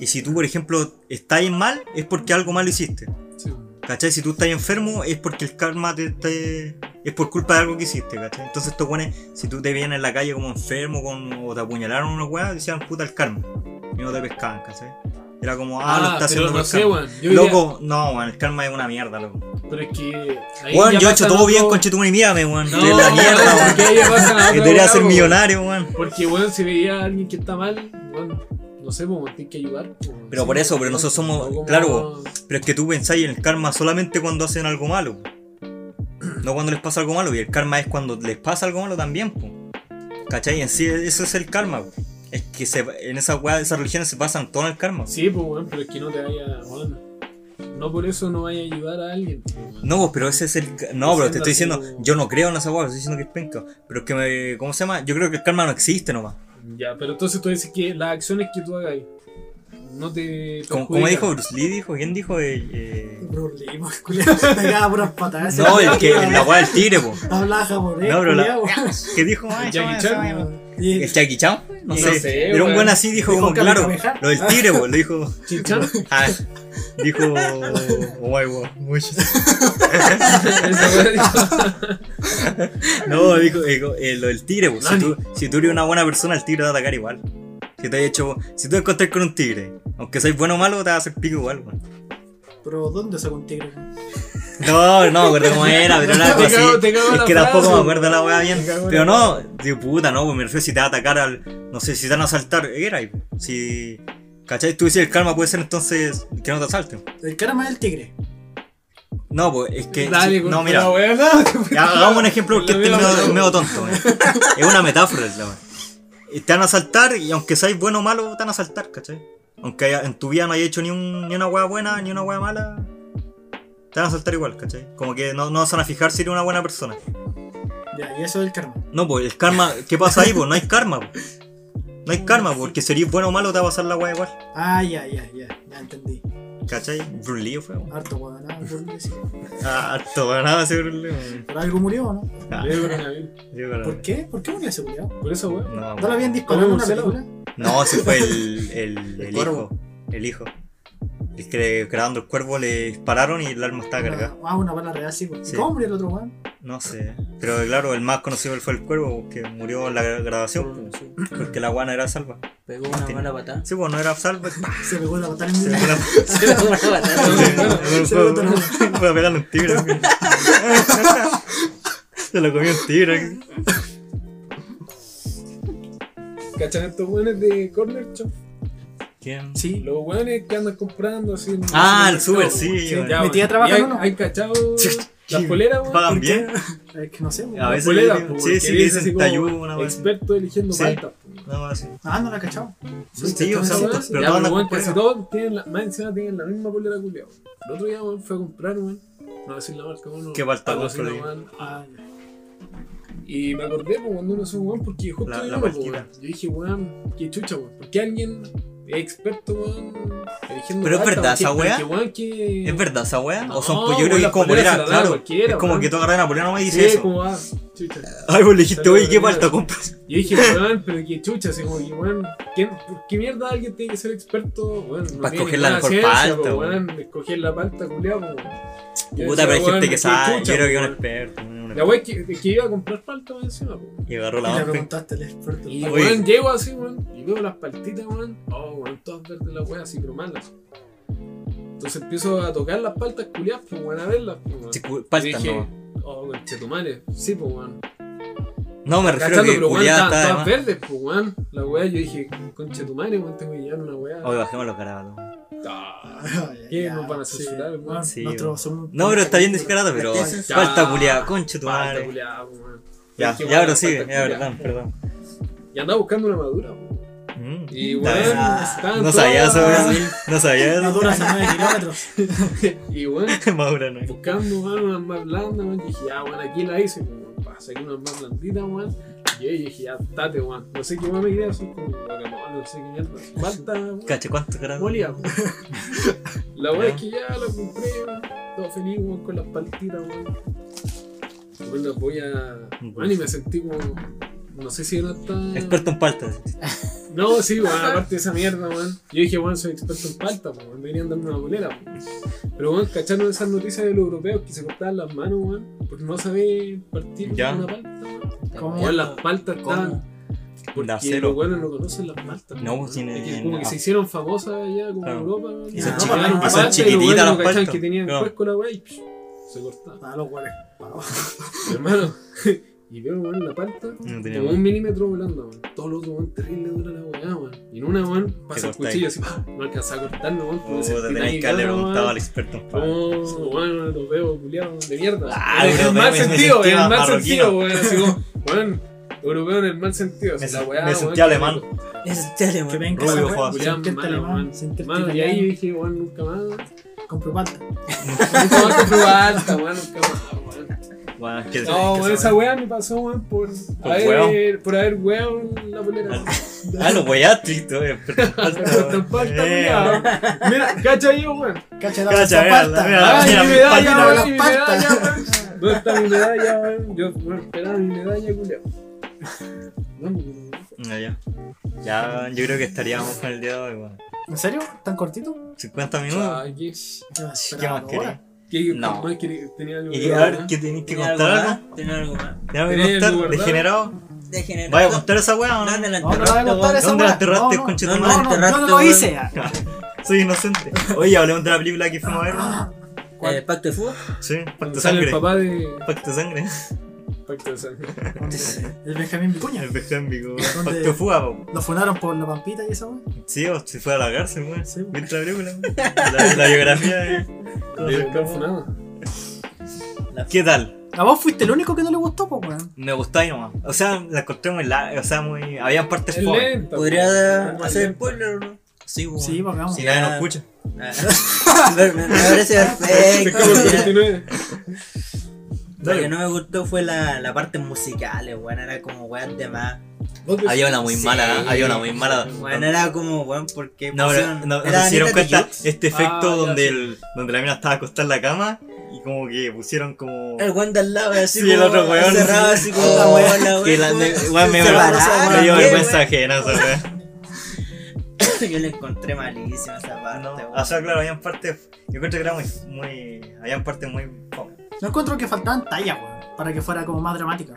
Y si tú, por ejemplo, estás en mal, es porque algo malo hiciste.
Sí, weón.
¿Cachai? Si tú estás enfermo, es porque el karma te, te- es por culpa de algo que hiciste, ¿cachai? Entonces estos buenos, si tú te vienes en la calle como enfermo con, o te apuñalaron una weá, decían puta el karma. Y no te pescaban, ¿cachai? Era como, ah, lo está haciendo
pero
por
no
el
sé,
karma.
weón. Yo diría-
Loco, no, weón, el karma es una mierda, loco.
Pero es que. ahí
Weón,
ya
yo he hecho
pasan
todo bien
otro-
con Chetumani Mírame, weón.
No,
de la mierda, weón.
porque ahí ya pasan
Que
otra
debería
weá,
ser
weón.
millonario, weón.
Porque, weón, si veía a alguien que está mal, weón, no sé, weón, tienes que ayudar. weón.
Pero
Sí,
por eso, pero
weón,
nosotros somos-
no como-
claro, Pero es que tú pensáis en el karma solamente cuando hacen algo malo. No cuando les pasa algo malo. Y el karma es cuando les pasa algo malo también, po. ¿Cachai? En sí, eso es el karma, po. Es que se- en esa weá, esas religiones se pasan todo en el karma.
Sí, pues, weón, pero es que no te vaya, weón. No por eso no vaya a ayudar a alguien. pues, weón.
No, pero ese es el. ca- No, pero te estoy diciendo,
Diciendo así como-
yo no creo en esa weá, estoy diciendo que es penca. Pero es que me. ¿Cómo se llama? Yo creo que el karma no existe nomás.
Ya, pero entonces tú dices que las acciones que tú hagas no te.
Como, como
perjudican.
dijo Bruce Lee, dijo, ¿quién dijo? Eh, eh,
Brulí, pues, culiao. Pegaba puras patadas.
No, el que la weá del tigre, po.
Hablaba japonés,
No, pero la-
culiao.
¿Qué dijo? Ay,
Jackie
esa
Chan,
weá, esa weá.
Y-
¿El Jackie Chan? fue? No,
No
sé.
sé,
Era un
weón.
buen así, dijo,
Dijo
como,
Kamikaze.
claro, lo del tigre, weón, lo dijo.
Chichán.
Ah, dijo. Oh my god, mucho.
Esa weá dijo,
No, dijo, dijo, eh, lo del tigre, weón. Si
Nani.
tú, si tú eres una buena persona, el tigre te va a atacar igual. Si te has hecho. Si tú te encontrás con un tigre, aunque seas bueno o malo, te va a hacer pico igual, weón.
Pero ¿dónde sacó un tigre?
No, no me acuerdo cómo era, pero era algo
Te
así.
cago- te cago
Es
la
que tampoco
frase.
me acuerdo la weá bien.
Te cago la
Pero no, digo, puta, no, pues me refiero si te va a atacar al. No sé, si te van a asaltar, ¿qué era? ahí, po? Si. ¿Cachai? Tú dices el karma puede ser entonces que no te asalten.
El karma del tigre.
No, pues es que.
Dale,
si-
con
no,
la
mira.
weá, no, te-
ya, Hagamos un ejemplo porque
La
este es
misma
medio,
weá.
medio tonto. eh. Es una metáfora, es la weá. Y Te van a asaltar y aunque seas bueno o malo, te van a asaltar, ¿cachai? Aunque haya- en tu vida no hayas hecho ni, un- ni una weá buena ni una weá mala, te van a asaltar igual, ¿cachai? Como que no, no se van a fijar si eres una buena persona.
Ya, y eso es el karma.
No, pues el karma, ¿qué pasa ahí? Pues no hay karma. po. No hay karma, pues, porque sería bueno o malo te va a pasar la weá igual.
Ah, ya, ya, ya, ya entendí.
¿Cachai? Bruce Lee fue. weón.
Harto weón, ah, por- sí.
Ah, todo nada ese Bruce Lee. weón.
Pero algo murió, ¿o ¿no?
Ah,
Le dio coronavirus.
yo creo-
¿Por qué? ¿Por qué murió ese culiao?
Por esa weá.
No,
¿No lo habían disparado
¿Comió
en una
murciélago?
película?
no, se fue el, el, el hijo.
cuervo.
El hijo. El que le- grabando el cuervo le dispararon y el arma estaba cargada.
Una- Ah, una bala real, sí. pues.
Sí.
¿Y ¿Cómo murió el otro weón?
No sé. Pero claro, el más conocido fue el cuervo, que murió en la gra- grabación, pues, porque la guana era salva.
Pegó una mala patada.
Sí, pues no era salva.
Se pegó la patada en
Se
el
fue
muro.
la-
Pegó una patada.
Se
Voy
lo tomó.
a pegarle un tigre. güey. Se lo comió un tigre. güey.
¿Cachan estos weones de Corner Shop?
Sí.
Los weones que andan comprando así. en-
Ah,
en
el super,
mercado,
sí,
weón.
weón.
Ya,
Mi
weón.
tía trabaja en
¿Y hay-
uno.
¿Hay cachado las
Sí.
poleras, weón?
¿Pagan bien?
Es que no sé. pues. weón.
A
Las
veces
poleras,
le digo-
po,
sí,
weón,
sí,
que
le
dice
dicen
así como
tayú, una weón.
Experto eligiendo
Sí.
palta. po.
No, así.
Ah, no la he cachado.
Sí, sí, o sea,
sí,
pero
sí.
pero todas
ya, pero,
andan
weón,
con
casi
cuerda.
todos tienen la, más encima tienen la misma polera culiao. El otro día, weón, fue a comprar, weón. No voy a decir la marca, weón. no
Qué palta
patrocina,
compró,
weón.
Ah, ya.
Y me acordé, pues, cuando uno es un weón, porque justo
La-
yo,
la
pues,
palquita.
weón. yo dije, weón, qué chucha, weón. ¿Por qué alguien es experto, weón, eligiendo
Pero es
palta,
verdad
weón?
esa
Que-
weá.
Que, weón, que...
¿Es verdad esa weá? O son,
No,
pues yo creo
weón,
que es
las
como polera,
poleras se las dan a
claro.
cualquiera,
Es como
weón.
que tú agarras una polera nomás y
Sí,
dices eso.
como, ah, chucha.
Ay, vos le dijiste, oye, qué
Pero-
falta, compras.
Yo dije, weón, pero qué chucha, así como que, weón, ¿qué, ¿por qué mierda alguien tiene que ser experto, weón?
Para
tiene
escoger la
ninguna
mejor
ciencia,
palta,
po,
weón.
weón. Escoger la palta, culiao, po, weón. Yo
Puta,
decía,
pero hay
weón,
gente que
qué
sabe.
chucha,
Yo creo que
po,
un
weón.
experto. un
La
experto.
wea es que, que iba a comprar palta weón, encima, pues. po.
Y agarró
Y
la
le
otra.
preguntaste al experto.
Y
Oye.
weón, llego así, weón, y veo las paltitas, weón. Oh, weón, todas verdes las weas, así, pero malas. Entonces empiezo a tocar las paltas culiadas, pues, weón, a verlas, pues, weón.
Sí, cu-
Y
Palta,
dije,
no.
oh, conchetumare, sí, pues, weón.
No, me refiero a
Cachando,
que
pero weón,
culiada
estaban
está de
todas
más.
verdes, pues, weón. La wea, yo dije, conche tu madre, weón, tengo que llevar una wea.
Oye, bajemos los carabatos.
Ah. ¿Qué
¿Qué
nos van a censurar, weón?
Sí, weón.
Nosotros somos un-
No, pero está bien descarado, pero.
Está censurado.
Falta culiada, concha tu
Falta
madre.
culiada, pues, weón.
Ya,
Es que,
ya
weón,
ahora
la
sí, ya,
falta
perdón,
culiada.
perdón.
Y andaba buscando una madura, pues.
Mm.
Y
Está bien.
weón,
Ah,
estaban
No sabía eso,
todas-
weón. No sabía
No
eso.
duras a 9 kilómetros.
Y weón,
Madura no. es.
buscando, weón, unas más blandas, weón. Y dije, ya, weón, aquí la hice, pues, weón. Pa, saqué unas más blanditas, weón. Y yo dije, ya, date, weón. No sé qué weón me quedé así, como, guacamole, no sé qué mierda. Falta, weón.
Cache, ¿cuántos grados?
Molía, po. La weá es que ya la compré, weón. Todo feliz, weón, con las paltitas, weón. Weón, las voy a. Weón, y me sentí como. No sé si no tan.
Experto en paltas.
No, sí, weón, aparte de esa mierda, weón. Yo dije, weón, soy experto en palta, po, weón. Deberían darme una bolera, po. Pero, weón, cacharon esas noticias de los europeos que se cortaban las manos, weón. Por no saber partir
Ya.
una palta, weón.
¿Cómo?
Weón, las paltas
¿Cómo?
estaban.
Da
Porque
cero.
los buenos no conocen las paltas.
No, pues,
weón.
tiene-
Es que como que
no.
se hicieron famosas allá como
Claro.
en Europa. weón.
Y
son
Ah,
chiquititas,
llegaron
y son
paltas los
chiquititas
buenos
las
no cachaban
paltas.
que tenían
Claro.
cuesco la weá y psh, se cortaba.
Ah, los hueles.
Hermano, y veo weón, la palta
No tenía
como un milímetro volando. weón. Todo lo otro, weón, terrible dura la weá, weón. Y en una, weón, pasa
cortáis.
el
Oh,
cuchillo así, ¡pah! no alcanzaba a cortarlo, weón. porque me
Puta,
sentí
tenéis que
tan
haberle
ligado,
preguntado al
weón.
experto en paltas.
Oh, bueno, los veo culiados de mierda.
Ah,
en el
europeo,
mal
me
sentido, en
sentía
el mal
marroquino.
sentido, weón. Así como, weón, europeo en el mal sentido. así
Me
la
sen-
weá,
me
weón,
sentí
que-
alemán.
Es terrible,
Que
weón.
ven que
Rubio
esa
Fox.
hueá,
Julián,
sentirte
mano,
alemán,
mano.
sentirte
Mano, y ahí yo
italiano.
dije, weón, nunca más. Nunca
Compro palta.
más que probar, esta weón, nunca más, weón.
Bueno, que-
No,
que
weón,
se-
esa weá me pasó, weón, por
Por
haber, por haber weón en la polera.
Al- Ah, lo weyaste, y todo, experto en
Pero tampoco
paltas.
está
Eh,
culiao. Mira, cacha yo, weón.
Cacha, dame
Cacha,
esa
vea, vea,
palta.
Ay,
mira,
mi
mi
medalla,
palta.
weón, mi
Palta.
medalla, weón. ¿Dónde está mi medalla, weón? Yo, weón, esperaba mi medalla, culiao. No,
No, ya. Ya, weón, yo creo que estaríamos con el día de hoy, weón.
¿En serio? ¿Tan cortito?
50 minutos.
Ay, ¿qué?
¿Qué más querés?
¿Qué-
No.
más que- tenía algo
Y
que
a
hablar,
ver,
¿eh?
¿qué tenéis que
¿Tiene algo más?
contar?
¿Tiene algo más?
¿Tenés algo que
¿Tenés algo
contar?
guardado?
¿Degenerado?
Degenerado.
¿Vaya a contar esa weá o
No,
no?
No, no
no la
la voy a
enterraste,
contar
weón.
esa
¿Dónde la
weá.
enterraste,
no, no,
conchetumare?
no, no, yo no lo
Enterraste,
hice.
Soy inocente. Oye, hablemos de la película que fuimos a ver.
Eh, ¿Pacto de fuga?
Sí, Pacto
Cuando
de
sale el
Sangre.
papá de
Pacto de Sangre.
Pacto de Sangre.
eh.
El Benjamín Vicuña.
El pejón, digo,
¿Dónde?
Pacto de Fuga, po.
Lo funaron por la pampita y esa weá.
Sí, o si fue a la cárcel, weón.
Sí, weón.
¿Viste la película? weón? La, la biografía de.
De Canfunado.
¿Qué tal?
A vos fuiste el único que no le gustó, pues weón.
Me gustó ahí nomás. O sea, la encontré muy larga. O sea, muy. Habían partes
Es
pobres.
lenta.
¿Podría
po.
hacer spoiler o no? Sí, weón.
Sí, pues hagamos.
Si
Sí.
nadie nos
Ya.
escucha.
Ah, me, me parece
Es como el
perfecto.
29.
Lo que no me gustó fue la, la parte musical, weón. Era como weón de más.
¿Dónde-
Había una muy
Sí.
mala, ¿eh? había una muy mala.
Weón, era como weón porque.
No, pero
pusieron-
no, no
era
se dieron
Anita
cuenta
Tijoux.
este efecto
Ah, ya,
donde,
sí.
el, donde la mina estaba acostada en la cama y como que pusieron como.
El weón de al lado, así
Sí, el
como
otro weón.
Cerrado así como
Oh,
la weón.
que la,
como-
me, weón, me,
se separaron,
me dio
¿qué,
vergüenza ajena esa weá.
weón? Yo la encontré malísima esa parte,
No,
weón.
o sea, claro, habían partes. Yo creo que era muy. muy habían partes muy. fome.
No encuentro que faltaban tallas, weón, para que fuera como más dramática.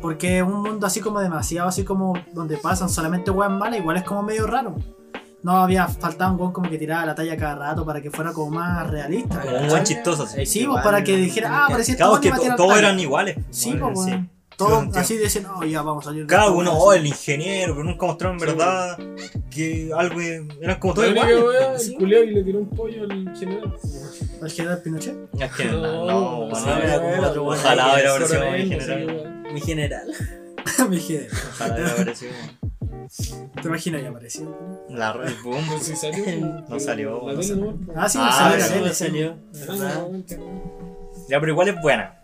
Porque un mundo así como demasiado, así como donde pasan solamente weón malas, igual es como medio raro. No había faltado un weón como que tiraba la talla cada rato para que fuera como más realista.
Como un buen chistoso. así.
Es
Sí, pues,
que igual,
para que
no-
dijera, ah, parecía este
Claro,
weón
que
iba a
to-
tirar
todos
talla.
eran iguales.
Sí,
weón,
pues
sí.
weón.
Yo
Todos
lo entiendo.
así decían, oh, ya vamos a salir. de
Cada
esta
uno,
weá".
oh, el ingeniero, pero nunca mostraron en
Sí,
verdad que algo. Eran como todos
La única weá,
iguales.
el
Sí.
culiao y le tiró un pollo al general.
Al general Pinochet.
Es que
No,
no,
no,
no,
sí,
no,
era como otro weón.
Ojalá hubiera
Ahora
aparecido
Ahora
en
mismo, sí,
general.
weón.
Mi general.
Mi general.
Ojalá hubiera aparecido.
Te imaginas ya apareció.
La el boom.
Pero si salió. pero
salió,
La
no
tele
salió.
no.
Ah, sí,
Ah,
salió la
sí,
tele, sí.
salió.
Ah, no, no,
Ya, pero igual es buena.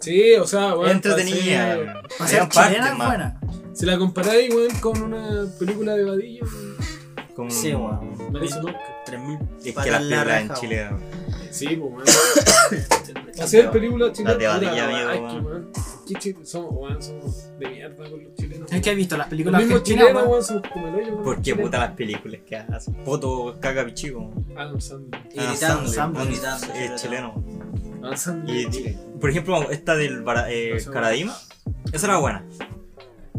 Sí, o sea,
Es
weón.
entretenida.
pasé-
weón. Habían
Para ser
partes,
chilena es
man.
buena.
Si la comparáis, weón, con una película de Vadillo, weón,
Como-
Sí, weón.
merece un Oscar.
3.000
Es que
patas
las
en
películas en
raja,
Chile. weón.
Sí, pues, weón. Hacer películas chilenas.
Las de Vadillo,
puta,
amigo,
ay, que,
weón.
weón, qué chi- Somos, weón, somos de mierda con los chilenos.
Es que he visto las
Los
películas
mismos
argentinas.
chilenos,
weón.
weón, somos como el hoyo, weón,
¿Por qué
chilenos.
puta las películas que hacen? Poto, caca, pichico.
Adam Sandler.
Y gritando,
Sandler.
gritando, sobre
Es chileno.
Adam Sandler.
Y, por ejemplo, esta del Bara- eh, Caradima. Esa era buena.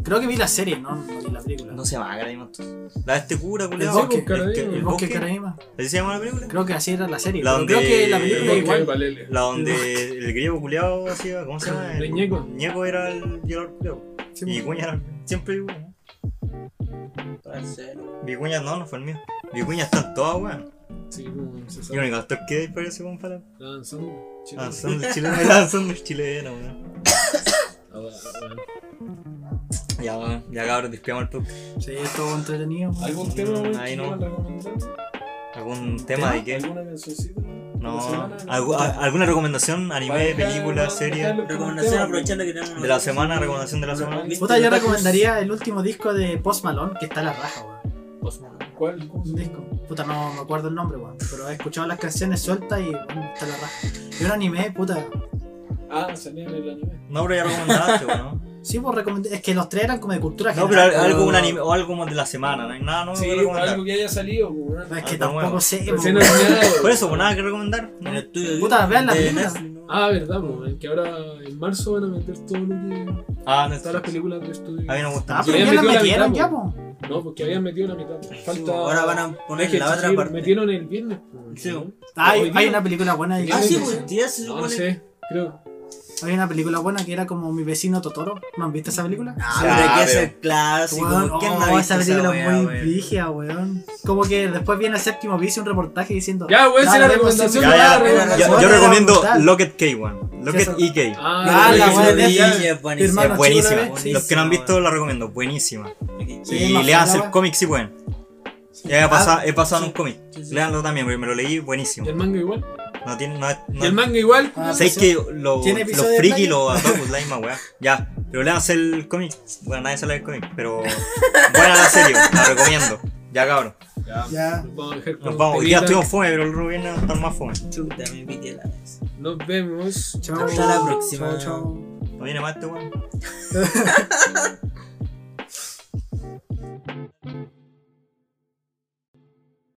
Creo que vi la serie, no, no vi la película.
No se llama Caradima entonces. La de este cura,
El
culiado.
bosque.
el
el
¿El
bosque
bosque?
Caraíma.
¿Así se llama la película?
Creo que así era la serie.
La
pero Creo
donde-
que la
El
película
bosque
es igual.
de Valele.
La donde el griego culiado hacía. ¿Cómo se llama?
El ñeco.
ñeco era el violador culiado.
Sí,
pues,
Y
bueno.
Vicuña era siempre Vicuña.
todo.
Vicuña no, no fue el mío. Vicuña están todas, weón.
Sí, como se
Y el
sabe.
único actor que hay parece como para.
Adam Sandler. chileno.
Ah, son del chileno. Ah, son del chileno, weón.
Ah, weón.
Ya, weón. Ya cabrón, despidamos el podcast.
Sí, es todo entretenido. weón.
¿Algún tema,
Ahí Mm, no. ¿Algún tema
weón, que quieran recomendar?
de qué?
¿Alguna cancioncita? weón?
No,
¿Una semana?
algu- a- ¿alguna recomendación? Anime,
Vaya,
película,
vaya,
serie.
dale.
Recomendación aprovechando que tenemos.
De la semana, recomendación de la semana.
Puta, yo recomendaría el último disco de Post Malone, que está a la raja, weón.
¿Cuál? ¿Cómo se
Un
llama?
disco. Puta, no me acuerdo el nombre, weón. Pero he escuchado las canciones sueltas y weón, está a la raja. Y un anime, puta.
Ah, salía en el anime.
No, pero ya recomendaste, weón, ¿no?
Sí, pues recomendé. Es que los tres eran como de cultura
No, pero
general.
al- algo, un anime, o algo más de la semana, no hay nada nuevo
Sí,
que recomendar.
algo que haya salido, weón.
Es que
Ah, bueno.
tampoco sé,
Recién
weón.
anunciado.
Por eso, pues nada que recomendar.
En el
¿no?
estudio.
Puta, vean la
de
película.
Netflix, ¿no?
Ah, verdad, weón. Que ahora en marzo van a meter todo lo que.
Ah, no
Todas las
está.
películas de
A
estudio.
mí no me
Ah,
gusta.
pero ya
Ya
la
metió la
metieron,
mitad,
ya, po.
No, porque habían metido la mitad. Falta.
Ahora van a poner
Es que
la otra
sí,
parte.
Metieron el viernes, weón.
Sí,
¿no?
Ah, Hay,
Hoy
hay
día.
una película buena. de-
Ah, sí,
pues.
pues ya se
No, no
supone.
sé, creo.
Hay una película buena que era como Mi vecino Totoro. ¿No han visto esa película?
Ya,
Ah, pero hay que
pero-
ser clásico.
Weón,
¿Quién no
oh,
ha visto
esa película
esa
es muy
wea, weón?
vigia, weón. Como que después viene el séptimo vicio, un reportaje diciendo.
Ya, weón, si
"Nada,
la
vemos si-
recomendación.
Ya,
la
ya,
recomendación.
ya,
Yo
yo
te la
recomiendo
voy a gustar.
Locket K1. Locket
Sí,
EK.
Ah, la
Yo
wea
vi,
de esa.
y es buenísima.
Hermano,
Es buenísima.
chico, la ve,
Los
sí,
que no han
sí,
visto la recomiendo, buenísima.
Sí,
Y
más
lean
que
el
nada.
cómic si pueden. Ya
Ah,
he pasado, he pasado en un
sí,
cómic.
sí, sí.
Leanlo también, porque me lo leí
Y
buenísimo.
el manga igual.
No tiene, no, es-
Y
no-
el manga igual.
Ah,
¿Sabéis que lo-
¿Tiene
los
episodio de
friki y
Playa?
los otakus la misma weá? Ya, pero leanse el cómic. Bueno, nadie sabe el cómic, pero buena la serie, la recomiendo. Ya cabrón.
Ya.
Nos vamos a dejar con
Nos vamos, hoy día
temitas.
estuvimos fome, pero el otro viene a estar más fome.
Chuta, me pité la vez.
Nos vemos.
Chao.
Hasta la próxima.
Chao, chao.
No viene más este weón.